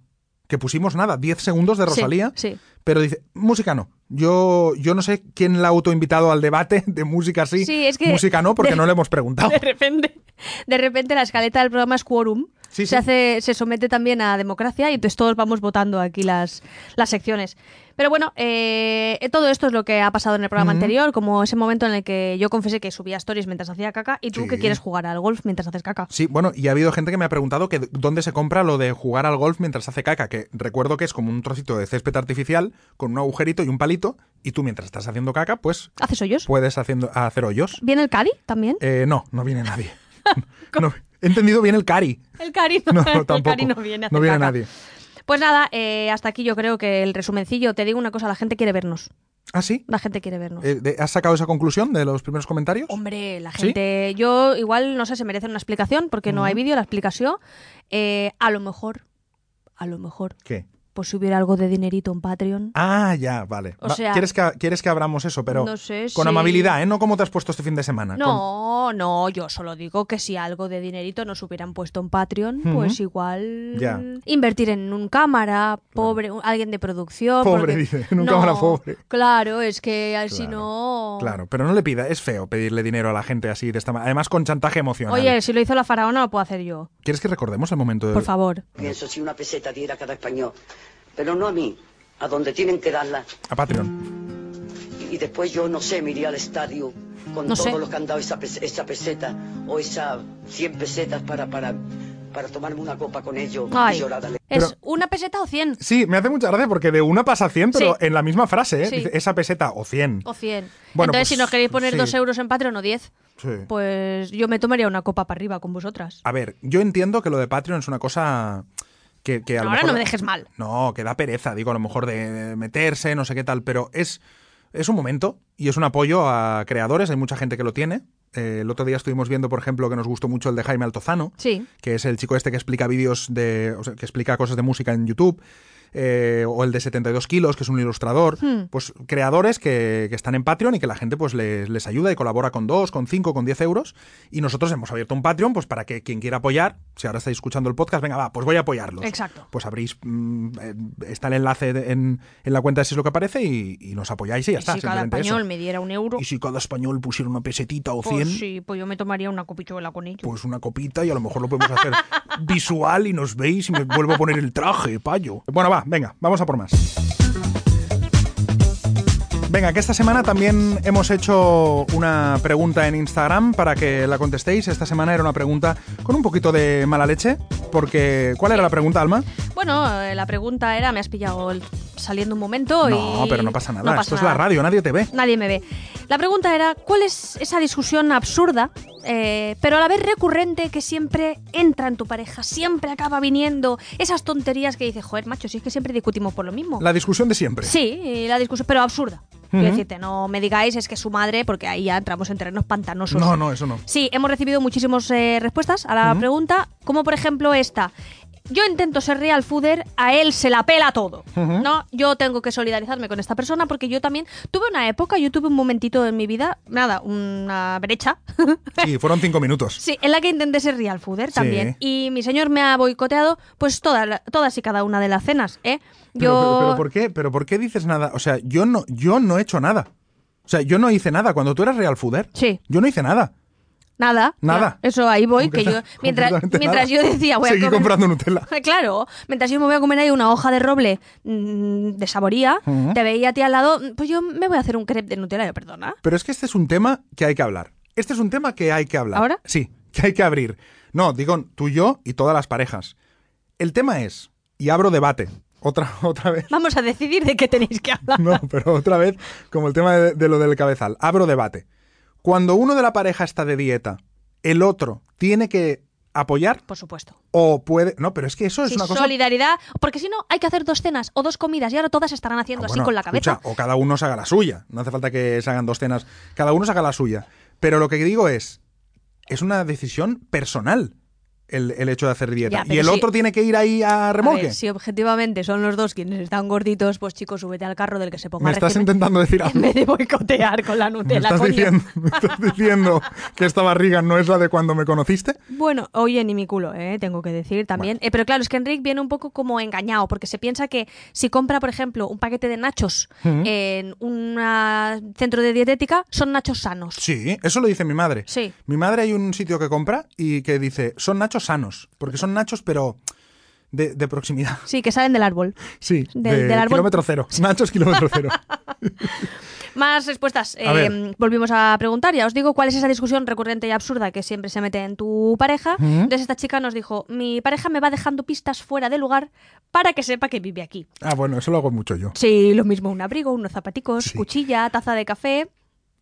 S1: Que pusimos nada, 10 segundos de
S2: Sí,
S1: Rosalía.
S2: sí.
S1: Pero dice, música no. Yo, yo no sé quién la ha autoinvitado al debate de música sí,
S2: Sí, es que-
S1: música no, porque
S2: [LAUGHS] de-
S1: no le hemos preguntado.
S2: De repente, de repente la escaleta del programa es quórum.
S1: Sí, sí.
S2: Se hace, se somete también a democracia y entonces todos vamos votando aquí las, las secciones. Pero bueno, eh, todo esto es lo que ha pasado en el programa anterior, como ese momento en el que yo confesé que subía stories mientras hacía caca y tú
S1: Sí.
S2: que quieres jugar al golf mientras haces caca.
S1: Sí, bueno, y ha habido gente que me ha preguntado que d- dónde se compra lo de jugar al golf mientras hace caca, que recuerdo que es como un trocito de césped artificial con un agujerito y un palito, y tú mientras estás haciendo caca, pues
S2: ¿Haces hoyos?
S1: puedes haciendo, hacer hoyos.
S2: ¿Viene el Cadi también?
S1: Eh, no, no viene nadie.
S2: [LAUGHS]
S1: No, he entendido bien el cari. [LAUGHS]
S2: El Cari no,
S1: No,
S2: el Cari
S1: tampoco.
S2: no viene. a hacer
S1: No viene
S2: caca.
S1: nadie.
S2: Pues nada, eh, hasta aquí yo creo que el resumencillo. Te digo una cosa, la gente quiere vernos.
S1: ¿Ah, sí?
S2: La gente quiere vernos.
S1: Eh, de- ¿Has sacado esa conclusión de los primeros comentarios?
S2: Hombre, la
S1: ¿Sí?
S2: gente... Yo igual, no sé, se merecen una explicación porque no hay vídeo, la explicación. Eh, a lo mejor, a lo mejor,
S1: ¿Qué?
S2: pues si hubiera algo de dinerito en Patreon.
S1: Ah, ya, vale.
S2: O
S1: Va-
S2: sea-
S1: ¿quieres, que, ¿Quieres que abramos eso? Pero
S2: No sé
S1: con
S2: si-
S1: amabilidad, ¿eh? No como te has puesto este fin de semana. Con-
S2: No, no, yo solo digo que si algo de dinerito nos hubieran puesto en Patreon,
S1: Ujú.
S2: pues igual
S1: Ya.
S2: invertir en un cámara, pobre, un- alguien de producción.
S1: Pobre,
S2: porque-
S1: dice, en un cámara pobre.
S2: Claro, es que al- si
S1: Claro,
S2: no.
S1: Claro, pero no le pida. Es feo pedirle dinero a la gente así de esta manera. Además, con chantaje emocional.
S2: Oye, si lo hizo la faraona, lo puedo hacer yo.
S1: ¿Quieres que recordemos el momento de...
S2: Por favor.
S4: Pienso si una peseta diera cada español, pero no a mí, a donde tienen que darla.
S1: A Patreon.
S4: Y después yo, no sé, me iría al estadio con
S2: No
S4: todos
S2: sé.
S4: los que han dado esa, pes- esa peseta o esas 100 pesetas para, para, para tomarme una copa con ellos
S2: Ay,
S4: y llorar. ale-
S2: ¿Es
S1: Pero-
S2: una peseta o 100?
S1: Sí, me hace mucha gracia porque de una pasa a 100, pero
S2: Sí.
S1: en la misma frase, ¿eh?
S2: Sí.
S1: Dice, esa peseta o 100.
S2: O 100.
S1: Bueno, pues,
S2: Entonces, si nos queréis poner
S1: sí.
S2: 2 euros en Patreon o 10,
S1: Sí.
S2: pues yo me tomaría una copa para arriba con vosotras.
S1: A ver, yo entiendo que lo de Patreon es una cosa que, que a lo
S2: Ahora
S1: mejor-
S2: no me dejes mal.
S1: No, que da pereza, digo, a lo mejor de meterse, no sé qué tal, pero es, es un momento y es un apoyo a creadores, hay mucha gente que lo tiene. Eh, el otro día estuvimos viendo, por ejemplo, que nos gustó mucho el de Jaime Altozano,
S2: Sí.
S1: que es el chico este que explica vídeos de. o sea, que explica cosas de música en YouTube. eh, o el de 72 kilos, que es un ilustrador.
S2: Hmm.
S1: Pues creadores que, que están en Patreon y que la gente pues les, les ayuda y colabora con 2, con 5, con 10 euros. Y nosotros hemos abierto un Patreon pues para que quien quiera apoyar, si ahora estáis escuchando el podcast, venga, va, pues voy a apoyarlos.
S2: Exacto.
S1: Pues abrís, mm, eh, está el enlace de- en, en la cuenta de si es lo que aparece y, y nos apoyáis y ya
S2: Y
S1: está.
S2: si cada
S1: simplemente eso.
S2: español me diera un euro,
S1: Y si cada español pusiera una pesetita o 100,
S2: pues sí, pues yo me tomaría una copichuela con ellos.
S1: pues una copita y a lo mejor lo podemos hacer visual y nos veis y me vuelvo a poner el traje, payo. Bueno, va, venga, vamos a por más. Venga, que esta semana también hemos hecho una pregunta en Instagram para que la contestéis. Esta semana era una pregunta con un poquito de mala leche, porque ¿cuál era la pregunta, Alma?
S2: Bueno, eh, la pregunta era, me has pillado el- saliendo un momento
S1: No,
S2: y...
S1: pero no pasa nada.
S2: No
S1: Esto es
S2: nada.
S1: la radio, nadie te ve.
S2: Nadie me ve. La pregunta era, ¿cuál es esa discusión absurda, eh, pero a la vez recurrente, que siempre entra en tu pareja, siempre acaba viniendo? Esas tonterías que dices, joder, macho, si es que siempre discutimos por lo mismo.
S1: La discusión de siempre.
S2: Sí, y la discusión, pero absurda. Quiero decirte, no me digáis, es que su madre, porque ahí ya entramos en terrenos pantanosos.
S1: No, no, eso no.
S2: Sí, hemos recibido muchísimas eh, respuestas a la pregunta, como por ejemplo esta. Yo intento ser real fooder, a él se la pela todo. ¿no? Yo tengo que solidarizarme con esta persona porque yo también tuve una época, yo tuve un momentito en mi vida, nada, una brecha, [LAUGHS]
S1: Sí, fueron cinco minutos.
S2: sí, en la que intenté ser real fooder
S1: Sí.
S2: también. Y mi señor me ha boicoteado pues todas la- todas y cada una de las cenas. ¿eh?
S1: Pero-
S2: Yo...
S1: Pero, pero ¿por qué? ¿Pero por qué dices nada? O sea, yo no, yo no he hecho nada. O sea, yo no hice nada. Cuando tú eras Real Fooder,
S2: Sí.
S1: yo no hice nada.
S2: Nada.
S1: Nada.
S2: ya. Eso ahí voy, que yo.
S1: Completa-
S2: [LAUGHS] Mientras,
S1: completamente
S2: mientras
S1: nada.
S2: yo decía, voy a
S1: Seguí
S2: comer-
S1: comprando Nutella.
S2: [LAUGHS] Claro, mientras yo me voy a comer ahí una hoja de roble mm, de saboría,
S1: Ujú.
S2: te veía a ti al lado, mm, pues yo me voy a hacer un crepe de Nutella, yo perdona.
S1: Pero es que este es un tema que hay que hablar. Este es un tema que hay que hablar.
S2: ¿Ahora?
S1: Sí, que hay que abrir. No, digo tú, yo y todas las parejas. El tema es, y abro debate, otra, [LAUGHS] otra vez.
S2: Vamos a decidir de qué tenéis que
S1: [LAUGHS]
S2: hablar.
S1: No, pero otra vez, como el tema de, de lo del cabezal. Abro debate. Cuando uno de la pareja está de dieta, el otro tiene que apoyar
S2: Por supuesto.
S1: o puede. No, pero es que eso es
S2: Sí,
S1: una cosa.
S2: solidaridad, porque si no, hay que hacer dos cenas o dos comidas y ahora todas estarán haciendo
S1: Ah,
S2: así
S1: bueno,
S2: con la cabeza.
S1: escucha, o cada uno se haga la suya. No hace falta que se hagan dos cenas. Cada uno se haga la suya. Pero lo que digo es, es una decisión personal el, el hecho de hacer dieta.
S2: Ya,
S1: y
S2: pero
S1: el
S2: si-
S1: otro tiene que ir ahí a
S2: A
S1: remolque.
S2: ver, si objetivamente son los dos quienes están gorditos, pues chicos, súbete al carro del que se ponga
S1: Me estás
S2: régimen [LAUGHS]
S1: intentando decir
S2: en
S1: algo.
S2: vez de boicotear con la
S1: Me
S2: Nutella.
S1: estás,
S2: coño.
S1: diciendo, [LAUGHS] me estás diciendo que esta barriga no es la de cuando me conociste.
S2: Bueno, oye, ni mi culo, ¿eh? tengo que decir también. Eh, pero claro, es que Enric viene un poco como engañado, porque se piensa que si compra, por ejemplo, un paquete de nachos en un ah, centro de dietética, son nachos sanos.
S1: Sí, eso lo dice mi madre.
S2: Sí.
S1: Mi madre hay un sitio que compra y que dice, son nachos sanos, porque son nachos pero de, de
S2: [LAUGHS]
S1: proximidad.
S2: Sí, que salen del árbol.
S1: Sí,
S2: De-
S1: de
S2: del árbol.
S1: kilómetro cero. Nachos kilómetro
S2: [LAUGHS]
S1: cero.
S2: Más respuestas.
S1: A
S2: Eh,
S1: ver.
S2: volvimos a preguntar. Ya os digo cuál es esa discusión recurrente y absurda que siempre se mete en tu pareja. Entonces esta chica nos dijo, mi pareja me va dejando pistas fuera de lugar para que sepa que vive aquí.
S1: Ah, bueno, eso lo hago mucho yo.
S2: Sí, lo mismo, un abrigo, unos zapaticos,
S1: Sí.
S2: cuchilla, taza de café.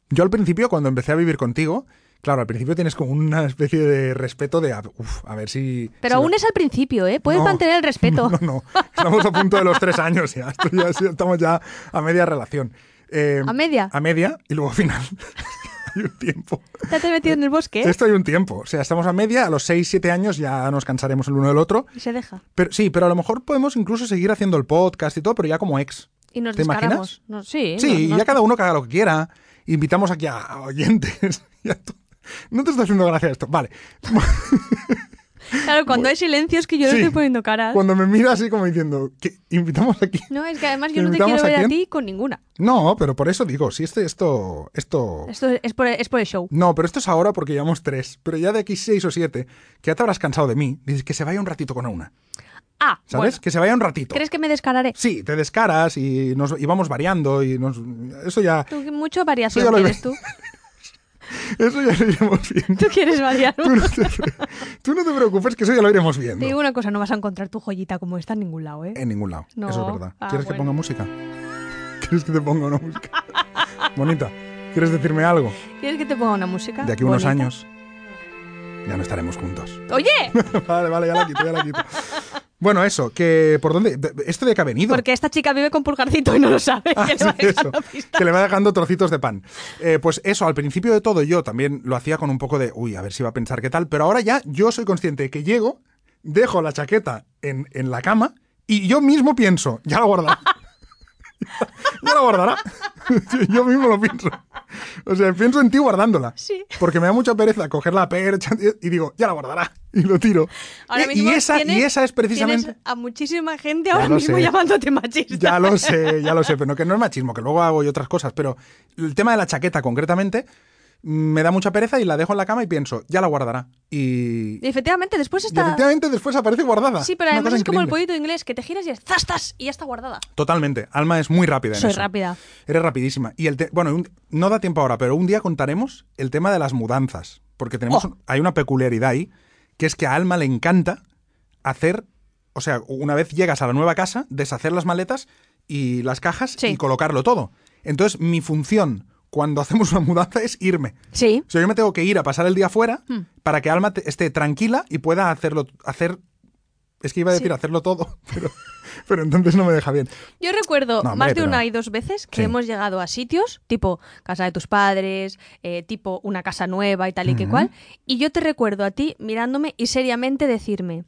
S1: Yo al principio, cuando empecé a vivir contigo, claro, al principio tienes como una especie de respeto de, a- uf, a ver si...
S2: Pero
S1: si
S2: aún
S1: lo-
S2: es al principio, ¿eh? Puedes
S1: No.
S2: mantener el respeto.
S1: [LAUGHS] No, no, no. estamos a punto de los tres años ya, Esto ya- sí, estamos ya a media relación. Eh,
S2: ¿A media?
S1: A media y luego final. [LAUGHS] hay un tiempo.
S2: Ya te has metido en el bosque, ¿eh?
S1: Esto hay un tiempo, o sea, estamos a media, a los seis, siete años ya nos cansaremos el uno del otro.
S2: Y se deja.
S1: Pero sí, pero a lo mejor podemos incluso seguir haciendo el podcast y todo, pero ya como ex.
S2: Y nos
S1: ¿Te imaginas?
S2: descargamos. No, sí,
S1: Sí,
S2: ¿Eh? no-
S1: ya
S2: no-
S1: cada uno que haga lo que quiera. Invitamos aquí a a oyentes. [LAUGHS] y a to- No te está haciendo gracia esto. Vale.
S2: [LAUGHS] Claro, cuando hay silencio es que yo le
S1: Sí.
S2: estoy poniendo caras.
S1: Cuando me mira así como diciendo, ¿qué? ¿Invitamos aquí?
S2: No, es que además
S1: ¿Que
S2: yo no te quiero
S1: invitamos a
S2: ver a
S1: quién?
S2: ti con ninguna.
S1: No, pero por eso digo, si este, esto, esto...
S2: Esto es por, es por el show.
S1: No, pero esto es ahora porque llevamos tres. Pero ya de aquí seis o siete, que ya te habrás cansado de mí, dices que se vaya un ratito con una.
S2: Ah,
S1: ¿Sabes?
S2: bueno.
S1: Que se vaya un ratito.
S2: ¿Crees que me descararé?
S1: Sí, te descaras y, nos, y vamos variando y nos, eso ya...
S2: Tú, mucho
S1: Eso
S2: variación
S1: ya lo
S2: quieres
S1: he-
S2: tú.
S1: Eso ya lo iremos viendo.
S2: Tú quieres variar.
S1: [LAUGHS] Tú no te, pre- tú no te preocupes que eso ya lo iremos viendo.
S2: Te digo una cosa, no vas a encontrar tu joyita como esta en ningún lado, ¿eh?
S1: En ningún lado.
S2: No.
S1: Eso es verdad.
S2: Ah,
S1: ¿Quieres que
S2: bueno.
S1: ponga música? ¿Quieres que te ponga una música? Bonita, ¿quieres decirme algo?
S2: ¿Quieres que te ponga una música?
S1: De aquí a unos
S2: bonita?
S1: años ya no estaremos juntos. [LAUGHS]
S2: ¡Oye!
S1: vale, vale, ya la quito, ya la quito. Bueno, eso, que ¿por dónde? de- de- ¿Esto de qué ha venido?
S2: Porque esta chica vive con pulgarcito y no lo sabe.
S1: Ah,
S2: que le
S1: sí,
S2: va dejando
S1: eso,
S2: pistas.
S1: que le va dejando trocitos de pan. Eh, pues eso, al principio de todo yo también lo hacía con un poco de, uy, a ver si va a pensar qué tal, pero ahora ya yo soy consciente que llego, dejo la chaqueta en, en la cama y yo mismo pienso, ya la
S2: [LAUGHS]
S1: guardará. ya la guardará. [LAUGHS] yo mismo lo pienso. O sea, pienso en ti guardándola.
S2: Sí.
S1: Porque me da mucha pereza coger la percha y digo, ya la guardará. Y lo tiro.
S2: Ahora
S1: y, Eh, y
S2: mismo
S1: esa,
S2: tienes-
S1: y esa es precisamente...
S2: tienes a muchísima gente
S1: Ya
S2: ahora
S1: lo
S2: mismo
S1: sé.
S2: llamándote machista.
S1: Ya lo sé, ya lo sé, pero no, que no es machismo, que luego hago yo otras cosas, pero el tema de la chaqueta concretamente mm, me da mucha pereza y la dejo en la cama y pienso, ya la guardará. Y,
S2: Y efectivamente, después
S1: y
S2: está.
S1: efectivamente después aparece guardada.
S2: Sí, pero
S1: Una
S2: además
S1: cosa
S2: es como el
S1: increíble.
S2: pollito inglés que te giras y es zas, zas, y ya está guardada.
S1: Totalmente. Alma es muy rápida. en
S2: Soy
S1: eso.
S2: rápida.
S1: Eres rapidísima. Y el te- bueno, un- no da tiempo ahora, pero un día contaremos el tema de las mudanzas. Porque tenemos
S2: Oh.
S1: hay una peculiaridad ahí, que es que a Alma le encanta hacer, o sea, una vez llegas a la nueva casa, deshacer las maletas y las cajas
S2: Sí.
S1: y colocarlo todo. Entonces, mi función cuando [LAUGHS] hacemos una mudanza es irme.
S2: Sí.
S1: O sea, yo me tengo que ir a pasar el día fuera
S2: Hmm.
S1: para que Alma te- esté tranquila y pueda hacerlo, hacer... Es que iba a decir
S2: Sí.
S1: hacerlo todo, [LAUGHS] pero, pero entonces no me deja bien.
S2: Yo recuerdo
S1: No, hombre,
S2: más de
S1: pero-
S2: una y dos veces que
S1: Sí.
S2: hemos llegado a sitios, tipo casa de tus padres, eh, tipo una casa nueva y tal y que cual, y yo te recuerdo a ti mirándome y seriamente decirme,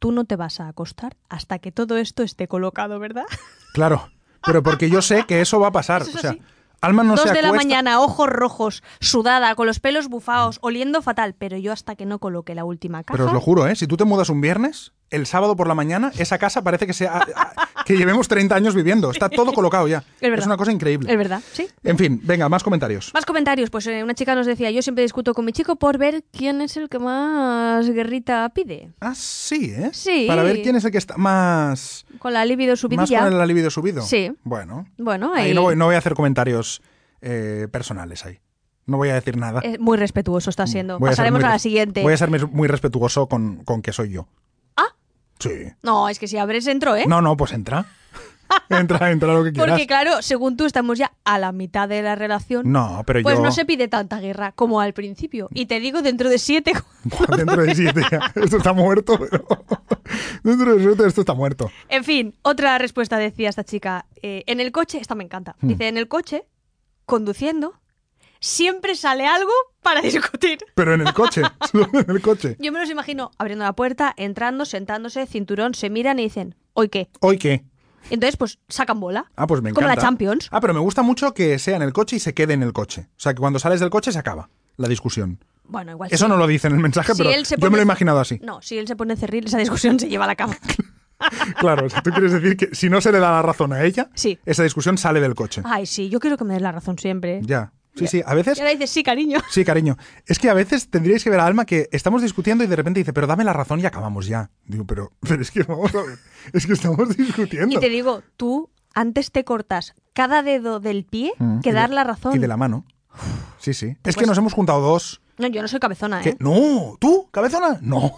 S2: tú no te vas a acostar hasta que todo esto esté colocado, ¿verdad?
S1: Claro, pero porque yo sé que eso va a pasar.
S2: Eso es
S1: o sea,
S2: así.
S1: Alma no
S2: Dos
S1: se
S2: de la
S1: acuesta.
S2: mañana, ojos rojos, sudada, con los pelos bufados, oliendo fatal, pero yo hasta que no coloque la última caja...
S1: Pero os lo juro, ¿eh? Si tú te mudas un viernes, el sábado por la mañana, esa casa parece que sea [LAUGHS] a- que llevemos 30 años viviendo. Está
S2: [LAUGHS]
S1: todo colocado ya.
S2: Es verdad.
S1: una cosa increíble.
S2: Es verdad, sí.
S1: En fin, venga, más comentarios.
S2: Más comentarios. Pues eh, una chica nos decía, yo siempre discuto con mi chico por ver quién es el que más guerrita pide.
S1: Ah, sí, ¿eh?
S2: Sí.
S1: Para ver quién es el que está más
S2: Con la libido
S1: más
S2: subidilla.
S1: con el libido subido.
S2: Sí.
S1: Bueno.
S2: Bueno, eh,
S1: Ahí
S2: ahí-
S1: no voy, no voy a hacer comentarios eh, personales ahí. No voy a decir nada. Mm,
S2: eh, muy respetuoso está siendo.
S1: Voy a ser
S2: Pasaremos
S1: muy
S2: a la
S1: res-
S2: siguiente.
S1: Voy a ser muy respetuoso con, con que soy yo.
S2: Ah.
S1: Sí.
S2: No, es que si abres entro, ¿eh?
S1: No, no, pues entra. entra, entra
S2: [LAUGHS]
S1: lo que quieras.
S2: Porque claro, según tú estamos ya a la mitad de la relación.
S1: No, pero
S2: pues
S1: yo. [LAUGHS]
S2: no se pide tanta guerra como al principio. Y te digo dentro de siete.
S1: Dentro de siete. ya. Esto está muerto, pero. [LAUGHS] Dentro de siete, esto está muerto.
S2: En fin, otra respuesta decía esta chica. eh, en el coche, esta me encanta.
S1: Hmm.
S2: Dice, en el coche, conduciendo, siempre sale algo para discutir.
S1: Pero en el coche. [LAUGHS] solo en el coche.
S2: Yo me los imagino abriendo la puerta, entrando, sentándose, cinturón, se miran y dicen, ¿hoy qué?
S1: ¿Hoy qué?
S2: Entonces, pues sacan bola.
S1: Ah, pues me encanta.
S2: Como la Champions.
S1: Ah, pero me gusta mucho que sea en el coche y se quede en el coche. O sea, que cuando sales del coche se acaba la discusión.
S2: Bueno, igual.
S1: Eso
S2: Ah, sí.
S1: no lo dice en el mensaje,
S2: Si
S1: pero
S2: él se
S1: yo me
S2: pone-
S1: lo he imaginado
S2: [LAUGHS]
S1: así.
S2: No, si él se pone cerril, esa discusión se lleva a
S1: [LAUGHS]
S2: la cama.
S1: Claro, o sea, tú quieres decir que si no se le da la razón a ella,
S2: Sí. Ah,
S1: esa discusión sale del coche.
S2: Ay, sí, yo quiero que me des la razón siempre.
S1: Ya. Sí, sí, a veces
S2: Y ahora dices, sí, cariño.
S1: Sí, cariño. Es que a veces tendríais que ver a Alma que estamos discutiendo y de repente dice, pero dame la razón y acabamos ya. Digo, pero, pero es que vamos a ver. Es que estamos discutiendo.
S2: Y te digo, tú antes te cortas cada dedo del pie
S1: Mm,
S2: que
S1: y de-
S2: dar la razón.
S1: Y de la mano. Sí, sí. Es que
S2: Pues-
S1: nos hemos juntado dos.
S2: No, yo no soy cabezona,
S1: que-
S2: ¿eh?
S1: No, ¿tú? ¿Cabezona? No,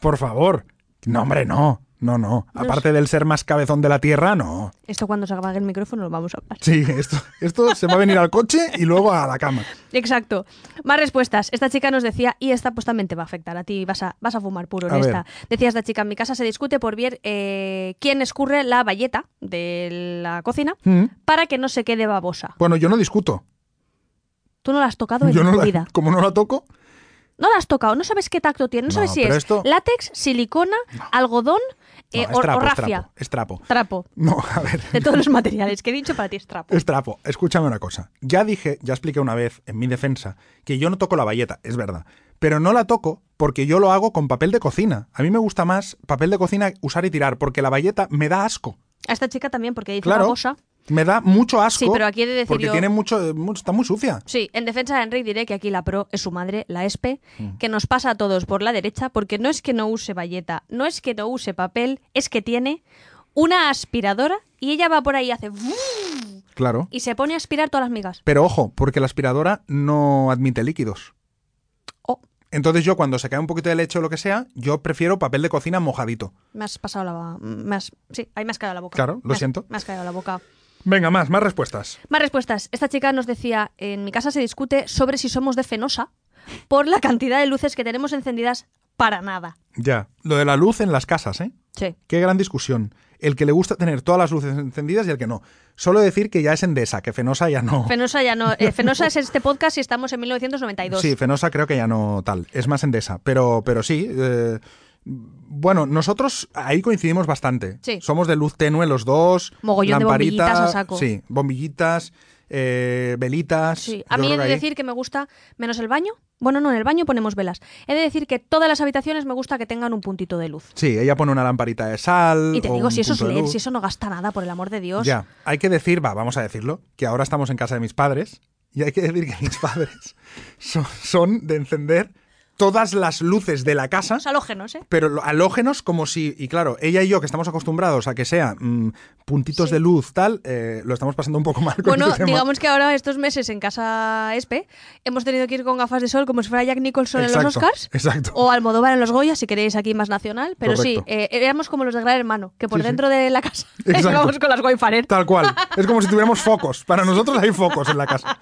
S1: por favor. No, hombre, no. No, no. Aparte del ser más cabezón de la tierra, no.
S2: Esto cuando se apague el micrófono lo vamos a hablar. [LAUGHS]
S1: Sí, esto, esto se va a venir al coche y luego a la cama.
S2: Exacto. Más respuestas. Esta chica nos decía, y esta pues también te va a afectar a ti, vas a, vas a fumar puro en
S1: A ver.
S2: esta. Decía esta chica, en mi casa se discute por ver eh, quién escurre la bayeta de la cocina
S1: Mm.
S2: para que no se quede babosa.
S1: Bueno, yo no discuto.
S2: Tú no la has tocado en
S1: Yo no
S2: tu
S1: la-
S2: vida.
S1: como no la toco,
S2: No la has tocado, no sabes qué tacto tiene, no,
S1: No,
S2: sabes si
S1: pero
S2: es
S1: esto-
S2: látex, silicona, algodón
S1: no,
S2: eh,
S1: es
S2: o, o
S1: trapo, es
S2: rafia.
S1: trapo, es trapo.
S2: Trapo.
S1: No, a ver.
S2: De todos los [LAUGHS] materiales que he dicho para ti es trapo.
S1: Es trapo. Escúchame una cosa. Ya dije, ya expliqué una vez en mi defensa que yo no toco la bayeta, es verdad. Pero no la toco porque yo lo hago con papel de cocina. A mí me gusta más papel de cocina usar y tirar porque la bayeta me da asco.
S2: A esta chica también, porque dice
S1: Claro.
S2: babosa.
S1: Me da mucho asco.
S2: Sí, pero aquí he de decir
S1: porque
S2: yo-
S1: tiene mucho, mu- está muy sucia.
S2: Sí, en defensa de Enrique diré que aquí la pro es su madre, la ESPE,
S1: Mm.
S2: que nos pasa a todos por la derecha, porque no es que no use bayeta, no es que no use papel, es que tiene una aspiradora y ella va por ahí y hace ¡vuu!
S1: Claro.
S2: y se pone a aspirar todas las migas.
S1: Pero ojo, porque la aspiradora no admite líquidos.
S2: Oh,
S1: Entonces yo cuando se cae un poquito de leche o lo que sea, yo prefiero papel de cocina mojadito.
S2: me has pasado la... Me has- sí, ahí me has caído la boca.
S1: Claro, lo
S2: Me has-
S1: siento.
S2: Me has caído la boca.
S1: Venga, más, más respuestas.
S2: Más respuestas. Esta chica nos decía, en mi casa se discute sobre si somos de Fenosa por la cantidad de luces que tenemos encendidas para nada.
S1: Ya. Lo de la luz en las casas, ¿eh?
S2: Sí.
S1: Qué gran discusión. El que le gusta tener todas las luces encendidas y el que no. Solo decir que ya es Endesa, que Fenosa ya no.
S2: Fenosa ya no. eh, Fenosa es este podcast y estamos en 1992.
S1: Sí, Fenosa creo que ya no tal. Es más Endesa. Pero, pero sí. eh, bueno, nosotros ahí coincidimos bastante.
S2: Sí.
S1: Somos de luz tenue los dos.
S2: Mogollón de
S1: lamparita,
S2: bombillitas a saco.
S1: Sí, bombillitas, eh, velitas.
S2: Sí. A
S1: Yo
S2: mí he
S1: creo
S2: de
S1: que ahí-
S2: decir que me gusta, menos el baño. Bueno, no, en el baño ponemos velas. He de decir que todas las habitaciones me gusta que tengan un puntito de luz.
S1: Sí, ella pone una lamparita de sal.
S2: Y te
S1: o
S2: digo,
S1: un
S2: si eso es
S1: punto de
S2: LED,
S1: luz.
S2: si eso no gasta nada, por el amor de Dios.
S1: Ya, hay que decir, va, vamos a decirlo, que ahora [LAUGHS] estamos en casa de mis padres y hay que decir que mis padres son, son de encender todas las luces de la casa
S2: Los
S1: [LAUGHS]
S2: halógenos, ¿eh?
S1: pero lo- halógenos como si, y claro, ella y yo que estamos acostumbrados a que sea mm, puntitos
S2: Sí.
S1: de luz tal, eh, lo estamos pasando un poco mal con
S2: Bueno,
S1: este tema.
S2: digamos que ahora estos meses en casa Espe hemos tenido que ir con gafas de sol como si fuera Jack Nicholson en los
S1: Exacto,
S2: Oscars
S1: exacto.
S2: o Almodóvar en los Goya, si queréis aquí más nacional, pero sí,
S1: Correcto.
S2: eh, éramos como los de Gran Hermano, que por
S1: Sí, sí.
S2: dentro de la casa
S1: [LAUGHS] Exacto.
S2: íbamos con las Wayfarer.
S1: Tal cual. Es como si tuviéramos focos. Para nosotros hay focos en la
S2: [LAUGHS]
S1: casa.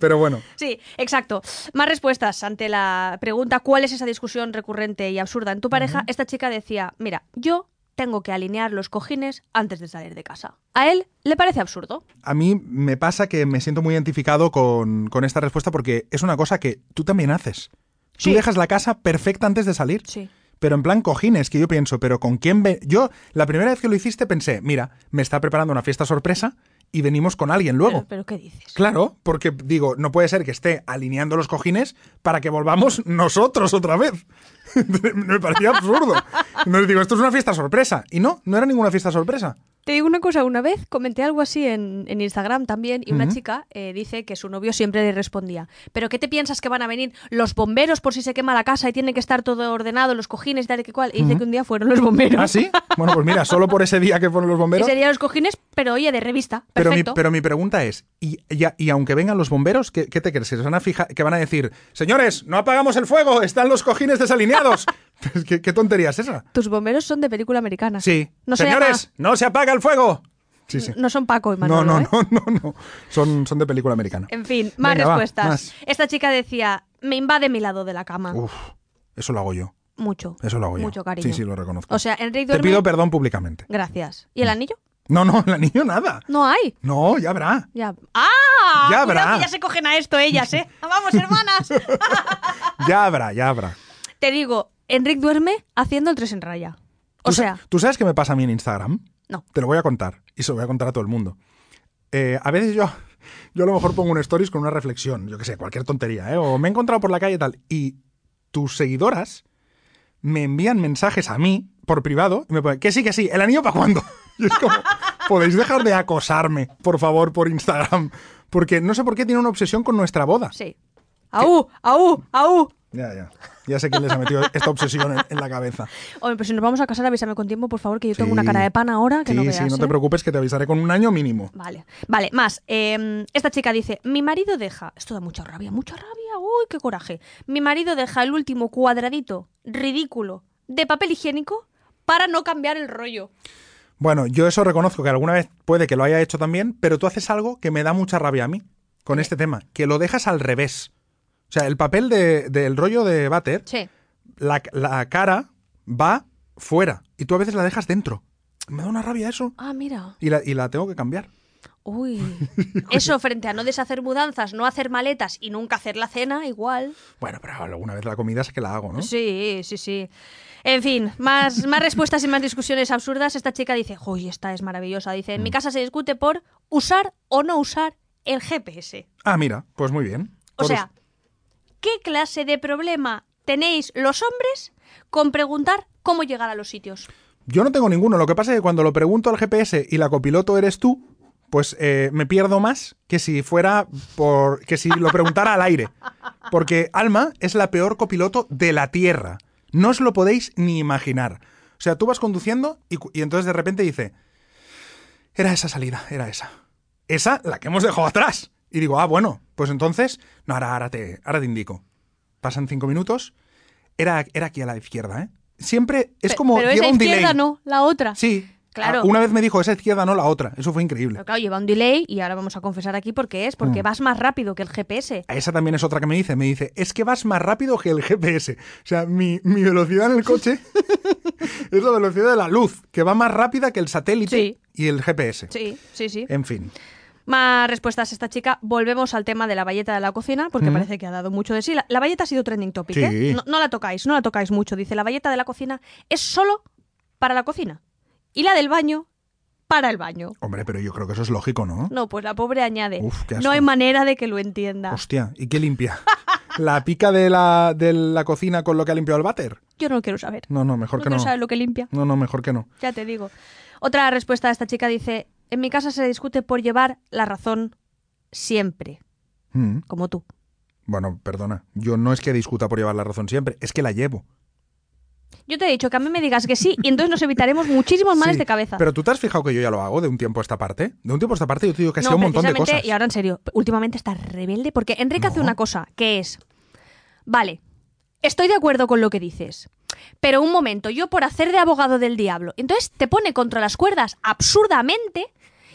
S1: Pero bueno,
S2: Sí, exacto. Más respuestas ante la pregunta ¿cuál es esa discusión recurrente y absurda en tu pareja? Esta chica decía, mira, yo tengo que alinear los cojines antes de salir de casa. A él le parece absurdo.
S1: a mí me pasa que me siento muy identificado con, con esta respuesta porque es una cosa que tú también haces.
S2: Sí.
S1: Tú dejas la casa perfecta antes de salir.
S2: Sí.
S1: Pero en plan cojines, que yo pienso, pero ¿con quién ve? Yo, la primera vez que lo hiciste pensé, mira, me está preparando una fiesta sorpresa y venimos con alguien luego.
S2: Pero, pero ¿qué dices?
S1: Claro, porque digo, no puede ser que esté alineando los cojines para que volvamos nosotros otra vez. [LAUGHS] Me parecía absurdo. Entonces digo, esto es una fiesta sorpresa. Y no, no era ninguna fiesta sorpresa.
S2: Te digo una cosa, una vez comenté algo así en, en Instagram también y una chica eh, dice que su novio siempre le respondía, pero ¿qué te piensas que van a venir los bomberos por si se quema la casa y tiene que estar todo ordenado, los cojines y tal y que cual? Y dice que un día fueron los bomberos.
S1: ¿Ah, sí? Bueno, pues mira, solo por ese día que fueron los bomberos.
S2: Ese día los cojines, pero oye, de revista.
S1: Pero mi,
S2: Perfecto.
S1: pero mi pregunta es, y, y a- y aunque vengan los bomberos, ¿qué, qué te crees? ¿Que, se van a fija- que van a decir, señores, no apagamos el fuego, están los cojines
S2: [LAUGHS]
S1: desalineados? [LAUGHS] Pues, ¿Qué, qué tontería es esa?
S2: Tus bomberos son de película americana.
S1: Sí.
S2: No se
S1: señores, no se apaga el fuego. Sí, sí.
S2: llama- no son Paco y
S1: No,
S2: Manolo,
S1: no,
S2: ¿eh? Em,
S1: no, no, no. Son, son de película americana.
S2: En fin, más
S1: Venga, va,
S2: respuestas.
S1: más.
S2: Esta chica decía, me invade mi lado de la cama.
S1: Uf, eso lo hago yo.
S2: Mucho.
S1: Eso lo hago yo.
S2: Mucho cariño.
S1: Sí, sí, lo reconozco.
S2: O sea, Enrique
S1: Te
S2: duerme...
S1: pido Mm. perdón públicamente.
S2: Gracias. ¿Y el anillo?
S1: No, no, el anillo nada.
S2: No hay.
S1: No, ya habrá.
S2: Ya. ¡Ah!
S1: Ya
S2: Cuidado
S1: habrá.
S2: que ya se cogen a esto ellas,
S1: [LAUGHS]
S2: ¿eh? ¡Vamos, hermanas!
S1: Ya habrá, ya habrá.
S2: Te digo, Enric duerme haciendo el tres en raya. O
S1: ¿Tú sa-
S2: sea,
S1: ¿Tú sabes qué me pasa a mí en Instagram?
S2: no.
S1: Te lo voy a contar. Y se lo voy a contar a todo el mundo. Eh, a veces yo, yo a lo mejor pongo un stories con una reflexión. Yo qué sé, cualquier tontería, ¿eh? O me he encontrado por la calle y tal. Y tus seguidoras me envían mensajes a mí por privado y me ponen que sí, que sí, el anillo para cuándo. [LAUGHS] Y es como, podéis dejar de acosarme, por favor, por Instagram. Porque no sé por qué tiene una obsesión con nuestra boda.
S2: Sí. ¡Aú! ¡Aú! ¡Aú!
S1: Ya, ya. Ya sé quién les ha metido esta obsesión en, en la cabeza.
S2: Hombre, pero si nos vamos a casar, avísame con tiempo, por favor, que yo tengo
S1: Sí.
S2: una cara de pan ahora que
S1: sí,
S2: no veas.
S1: sí, no
S2: ¿eh?
S1: te preocupes que te avisaré con un año mínimo.
S2: Vale, vale, más. eh, esta chica dice, mi marido deja, esto da mucha rabia, mucha rabia, uy, qué coraje. Mi marido deja el último cuadradito ridículo de papel higiénico para no cambiar el rollo.
S1: Bueno, yo eso reconozco que alguna vez puede que lo haya hecho también, pero tú haces algo que me da mucha rabia a mí con este tema, que lo dejas al revés. O sea, el papel de- del rollo de váter,
S2: Sí.
S1: la, la cara va fuera y tú a veces la dejas dentro. Me da una rabia eso.
S2: Ah, mira.
S1: Y la, y la tengo que cambiar.
S2: Uy. Eso frente a no deshacer mudanzas, no hacer maletas y nunca hacer la cena, igual.
S1: Bueno, pero alguna vez la comida es que la hago, ¿no?
S2: Sí, sí, sí. En fin, más, más respuestas y más discusiones absurdas. Esta chica dice, uy, esta es maravillosa. Dice, en mi casa se discute por usar o no usar el GPS.
S1: Ah, mira, pues muy bien.
S2: O
S1: Por
S2: sea, ¿qué clase de problema tenéis los hombres con preguntar cómo llegar a los sitios?
S1: Yo no tengo ninguno. Lo que pasa es que cuando lo pregunto al GPS y la copiloto eres tú, pues eh, me pierdo más que si fuera por. que si lo preguntara al aire. Porque Alma es la peor copiloto de la Tierra. No os lo podéis ni imaginar. O sea, tú vas conduciendo y, cu- y entonces de repente dice. Era esa salida, era esa. Esa, la que hemos dejado atrás. Y digo, ah, bueno, pues entonces. No, ahora, ahora te, ahora te indico. Pasan cinco minutos. Era, era aquí a la izquierda, ¿eh? Siempre es
S2: Pe-
S1: como.
S2: Pero
S1: lleva
S2: esa
S1: un
S2: izquierda
S1: delay.
S2: no, la otra.
S1: Sí.
S2: Claro.
S1: Ah, Una vez me dijo esa izquierda, no la otra. Eso fue increíble.
S2: Pero claro, lleva un delay y ahora vamos a confesar aquí por qué es,
S1: Mm.
S2: porque vas más rápido que el GPS.
S1: Esa también es otra que me dice. Me dice, es que vas más rápido que el GPS. O sea, mi, mi velocidad en el
S2: [LAUGHS]
S1: coche es la velocidad de la luz, que va más rápida que el satélite
S2: Sí.
S1: y el GPS.
S2: Sí, sí, sí.
S1: En fin.
S2: Más respuestas esta chica. Volvemos al tema de la valleta de la cocina, porque parece que ha dado mucho de sí. La, la valleta ha sido trending topic,
S1: Mm. Sí.
S2: ¿eh? No, no la tocáis, no la tocáis mucho. Dice, la valleta de la cocina es solo para la cocina. Y la del baño, para el baño.
S1: Hombre, pero yo creo que eso es lógico, ¿no?
S2: No, pues la pobre añade.
S1: Uf, qué asco.
S2: no hay manera de que lo entienda.
S1: Hostia, ¿y qué limpia? ¿La pica de la, de la cocina con lo que ha limpiado el váter?
S2: Yo no lo quiero saber.
S1: No, no, mejor
S2: no
S1: que
S2: quiero
S1: no.
S2: saber lo que limpia.
S1: No, no, mejor que no.
S2: Ya te digo. Otra respuesta de esta chica dice: En mi casa se discute por llevar la razón siempre,
S1: Mm,
S2: como tú.
S1: Bueno, perdona, yo no es que discuta por llevar la razón siempre, es que la llevo.
S2: Yo te he dicho que a mí me digas que sí y entonces nos evitaremos muchísimos males
S1: Sí,
S2: de cabeza.
S1: Pero tú te has fijado que yo ya lo hago de un tiempo a esta parte. De un tiempo a esta parte yo te digo que ha
S2: no,
S1: sido un montón de
S2: precisamente,
S1: cosas.
S2: Y ahora en serio, últimamente está rebelde porque Enrique hace
S1: No.
S2: una cosa, que es, vale, estoy de acuerdo con lo que dices, pero un momento, yo por hacer de abogado del diablo, entonces te pone contra las cuerdas absurdamente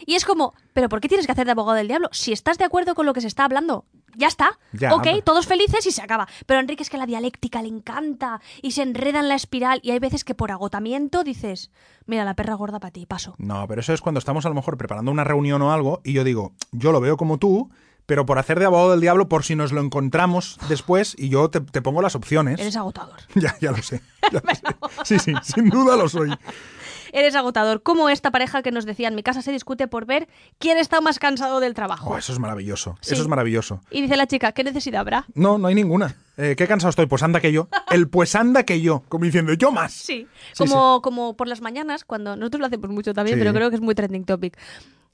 S2: y es como, pero ¿por qué tienes que hacer de abogado del diablo? Si estás de acuerdo con lo que se está hablando, ya está,
S1: Ya,
S2: ok,
S1: hombre.
S2: todos felices y se acaba. Pero a Enrique es que la dialéctica le encanta y se enreda en la espiral y hay veces que por agotamiento dices, mira, la perra gorda para ti, paso.
S1: No, pero eso es cuando estamos a lo mejor preparando una reunión o algo y yo digo, yo lo veo como tú, pero por hacer de abogado del diablo, por si nos lo encontramos después y yo te, te pongo las opciones.
S2: Eres agotador.
S1: [LAUGHS] Ya, ya lo sé. ya
S2: [LAUGHS]
S1: lo sé. Sí, sí, sin duda lo soy.
S2: Eres agotador, como esta pareja que nos decía, en mi casa se discute por ver quién está más cansado del trabajo.
S1: Oh, eso es maravilloso.
S2: Sí.
S1: Eso es maravilloso.
S2: Y dice la chica, ¿qué necesidad habrá?
S1: No, no hay ninguna. Eh, qué cansado estoy, pues anda que yo. El pues anda que yo, como diciendo yo más.
S2: Sí,
S1: Sí,
S2: como, como por las mañanas, cuando nosotros lo hacemos mucho también,
S1: Sí.
S2: pero creo que es muy trending topic.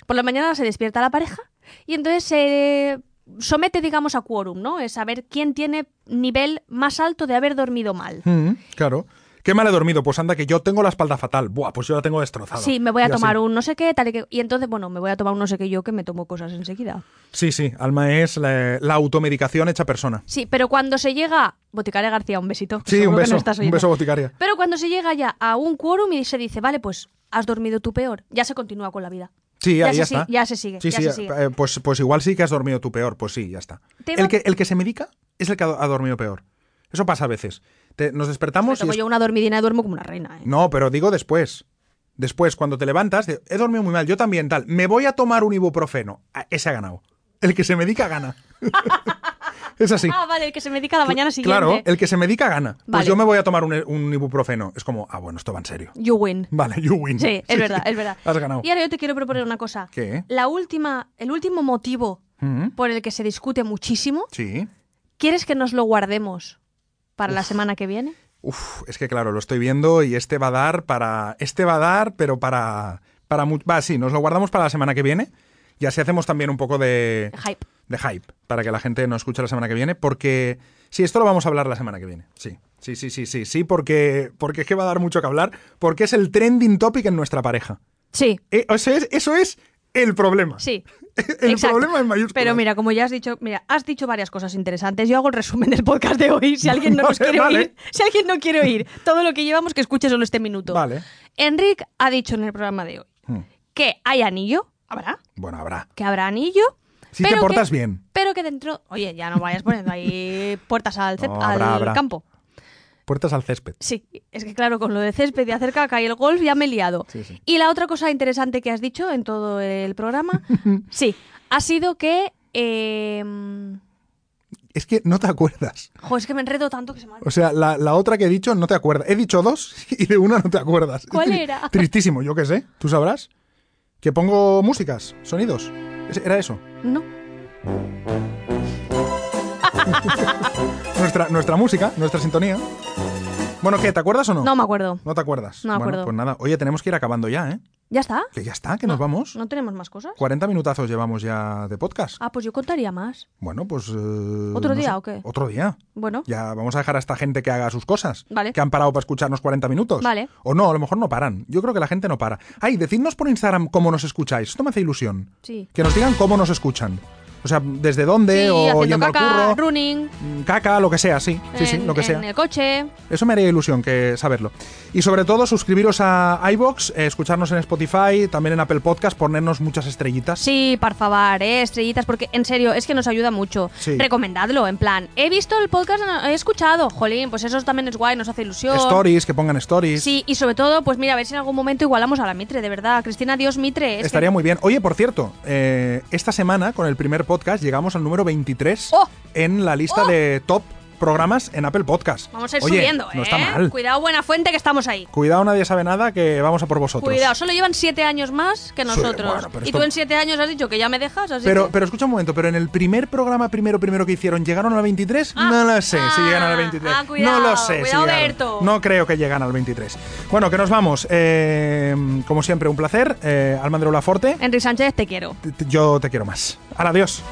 S2: Por la mañana se despierta la pareja y entonces se somete, digamos, a quórum, ¿no? Es saber quién tiene nivel más alto de haber dormido mal.
S1: Mm, claro. Qué mal he dormido, pues anda que yo tengo la espalda fatal. Buah, pues yo la tengo destrozada.
S2: Sí, me voy a
S1: Y así.
S2: tomar un no sé qué, tal y que... Y entonces, bueno, me voy a tomar un no sé qué yo que me tomo cosas enseguida.
S1: Sí, sí, Alma es la, la automedicación hecha persona.
S2: Sí, pero cuando se llega... Boticaria García, un besito.
S1: Sí,
S2: Seguro
S1: un
S2: que no
S1: beso,
S2: estás
S1: un
S2: oyendo.
S1: beso boticaria.
S2: Pero cuando se llega ya a un quórum y se dice, vale, pues has dormido tú peor, ya se continúa con la vida.
S1: Sí,
S2: Ya
S1: ahí
S2: se
S1: ya
S2: sí-
S1: está.
S2: ya se sigue,
S1: Sí,
S2: ya
S1: sí,
S2: se sigue.
S1: eh, pues, pues igual sí que has dormido tú peor, pues sí, ya está.
S2: Te
S1: El
S2: va-
S1: que, el que se medica es el que ha, ha dormido peor. Eso pasa a veces. Te- nos
S2: Me
S1: despertamos y
S2: tomo
S1: es-
S2: yo una dormidina y duermo como una reina. ¿eh?
S1: No, pero digo después. Después, cuando te levantas, de- he dormido muy mal, yo también, tal. Me voy a tomar un ibuprofeno. Ah, Ese ha ganado. El que se medica gana. [LAUGHS] es así.
S2: Ah, vale, el que se medica a la mañana siguiente.
S1: Claro, el que se medica gana. Pues
S2: Vale.
S1: yo me voy a tomar un, un ibuprofeno. Es como, ah, bueno, esto va en serio. [LAUGHS]
S2: You win.
S1: Vale, you win.
S2: Sí, es verdad, es verdad.
S1: Has ganado.
S2: Y ahora yo te quiero proponer una cosa.
S1: ¿Qué?
S2: La última, el último motivo
S1: Mm,
S2: por el que se discute muchísimo,
S1: Sí.
S2: ¿quieres que nos lo guardemos para la semana que viene?
S1: Uf, es que claro, lo estoy viendo y este va a dar para. Este va a dar, pero para. para mu- va, sí, nos lo guardamos para la semana que viene. Y así hacemos también un poco de.
S2: Hype.
S1: de hype, para que la gente no escuche la semana que viene, porque sí, esto lo vamos a hablar la semana que viene. Sí, sí, sí, sí, sí, sí, porque, porque es que va a dar mucho que hablar, porque es el trending topic en nuestra pareja.
S2: Sí,
S1: Eh, o sea, es- eso es el problema.
S2: sí.
S1: [LAUGHS] El
S2: Exacto.
S1: problema en mayúsculas.
S2: Pero mira, como ya has dicho, mira, has dicho varias cosas interesantes. Yo hago el resumen del podcast de hoy.
S1: [LAUGHS]
S2: Si alguien no
S1: Vale,
S2: nos quiere
S1: vale.
S2: oír, si alguien no quiere oír todo lo que llevamos, que escuche solo este minuto.
S1: Vale.
S2: Enric ha dicho en el programa de hoy
S1: Hmm.
S2: que hay anillo, habrá,
S1: Bueno, habrá.
S2: que habrá anillo.
S1: Si te
S2: pero
S1: portas
S2: que-
S1: bien.
S2: Pero que dentro. Oye, ya no vayas poniendo ahí [LAUGHS] puertas al, cep-
S1: No,
S2: al
S1: habrá, habrá.
S2: campo.
S1: Puertas al césped.
S2: Sí, es que claro, con lo de césped y hacer caca y el golf ya me he liado.
S1: Sí, sí.
S2: Y la otra cosa interesante que has dicho en todo
S1: [LAUGHS]
S2: el programa, sí, ha sido que. em,
S1: Es que no te acuerdas.
S2: jo, es que me enredo tanto que se me ha
S1: O sea, la, la otra que he dicho no te acuerdas. He dicho dos [LAUGHS] y de una no te acuerdas. Es
S2: ¿Cuál
S1: tri-
S2: era? [LAUGHS]
S1: Tristísimo, yo qué sé. ¿Tú sabrás? Que pongo músicas, sonidos. Es- Era eso.
S2: No.
S1: Nuestra, nuestra música, nuestra sintonía. Bueno, ¿qué? ¿Te acuerdas o no?
S2: No me acuerdo.
S1: ¿No te acuerdas?
S2: No me
S1: bueno,
S2: acuerdo.
S1: pues nada. Oye, tenemos que ir acabando ya, ¿eh?
S2: ¿Ya está?
S1: Que ya está, que nos vamos.
S2: ¿No tenemos más cosas?
S1: 40 minutazos llevamos ya de podcast.
S2: Ah, pues yo contaría más.
S1: Bueno, pues... eh,
S2: ¿Otro
S1: no
S2: día
S1: sé.
S2: o qué?
S1: Otro día.
S2: Bueno,
S1: Ya vamos a dejar a esta gente que haga sus cosas.
S2: Vale.
S1: Que han parado para escucharnos 40 minutos.
S2: Vale.
S1: O no, a lo mejor no paran. Yo creo que la gente no para. Ay, decidnos por Instagram cómo nos escucháis. Esto me hace ilusión.
S2: sí.
S1: Que nos digan cómo nos escuchan. O sea, desde dónde
S2: Sí,
S1: o
S2: haciendo
S1: yendo
S2: caca,
S1: al curro.
S2: running,
S1: mm, Caca, lo que sea, sí. Sí, sí,
S2: en,
S1: lo que sea.
S2: en el coche.
S1: Eso me haría ilusión que saberlo. Y sobre todo, suscribiros a iBox, escucharnos en Spotify, también en Apple Podcast, ponernos muchas estrellitas.
S2: Sí, por favor, eh, estrellitas, porque en serio, es que nos ayuda mucho.
S1: Sí.
S2: Recomendadlo, en plan, he visto el podcast, no, he escuchado, jolín, pues eso también es guay, nos hace ilusión.
S1: Stories, que pongan stories.
S2: Sí, y sobre todo, pues mira, a ver si en algún momento igualamos a la Mitre, de verdad. Cristina, Dios Mitre. es que-
S1: Estaría muy bien. Oye, por cierto, eh, esta semana con el primer podcast llegamos al número 23
S2: ¡Oh!
S1: en la lista de top programas en Apple Podcast.
S2: Vamos a ir
S1: Oye,
S2: subiendo,
S1: No
S2: ¿eh?
S1: está mal.
S2: Cuidado, buena fuente, que estamos ahí.
S1: Cuidado, nadie sabe nada, que vamos a por vosotros.
S2: Cuidado, solo llevan siete años más que
S1: Sí,
S2: nosotros.
S1: bueno, pero
S2: y
S1: esto-
S2: tú en siete años has dicho que ya me dejas, así
S1: Pero,
S2: que-
S1: pero escucha un momento, pero en el primer programa, primero, primero que hicieron, ¿llegaron al 23?
S2: Ah,
S1: no lo sé si
S2: ah,
S1: llegan al 23.
S2: ah, cuidado,
S1: no lo sé. si
S2: cuidado,
S1: llegaron.
S2: Berto.
S1: No creo que llegan al 23. Bueno, que nos vamos. Eh, como siempre, un placer. Eh, Almandro Laforte,
S2: Enrique Sánchez, te quiero.
S1: t- t- yo te quiero más. Ahora, adiós.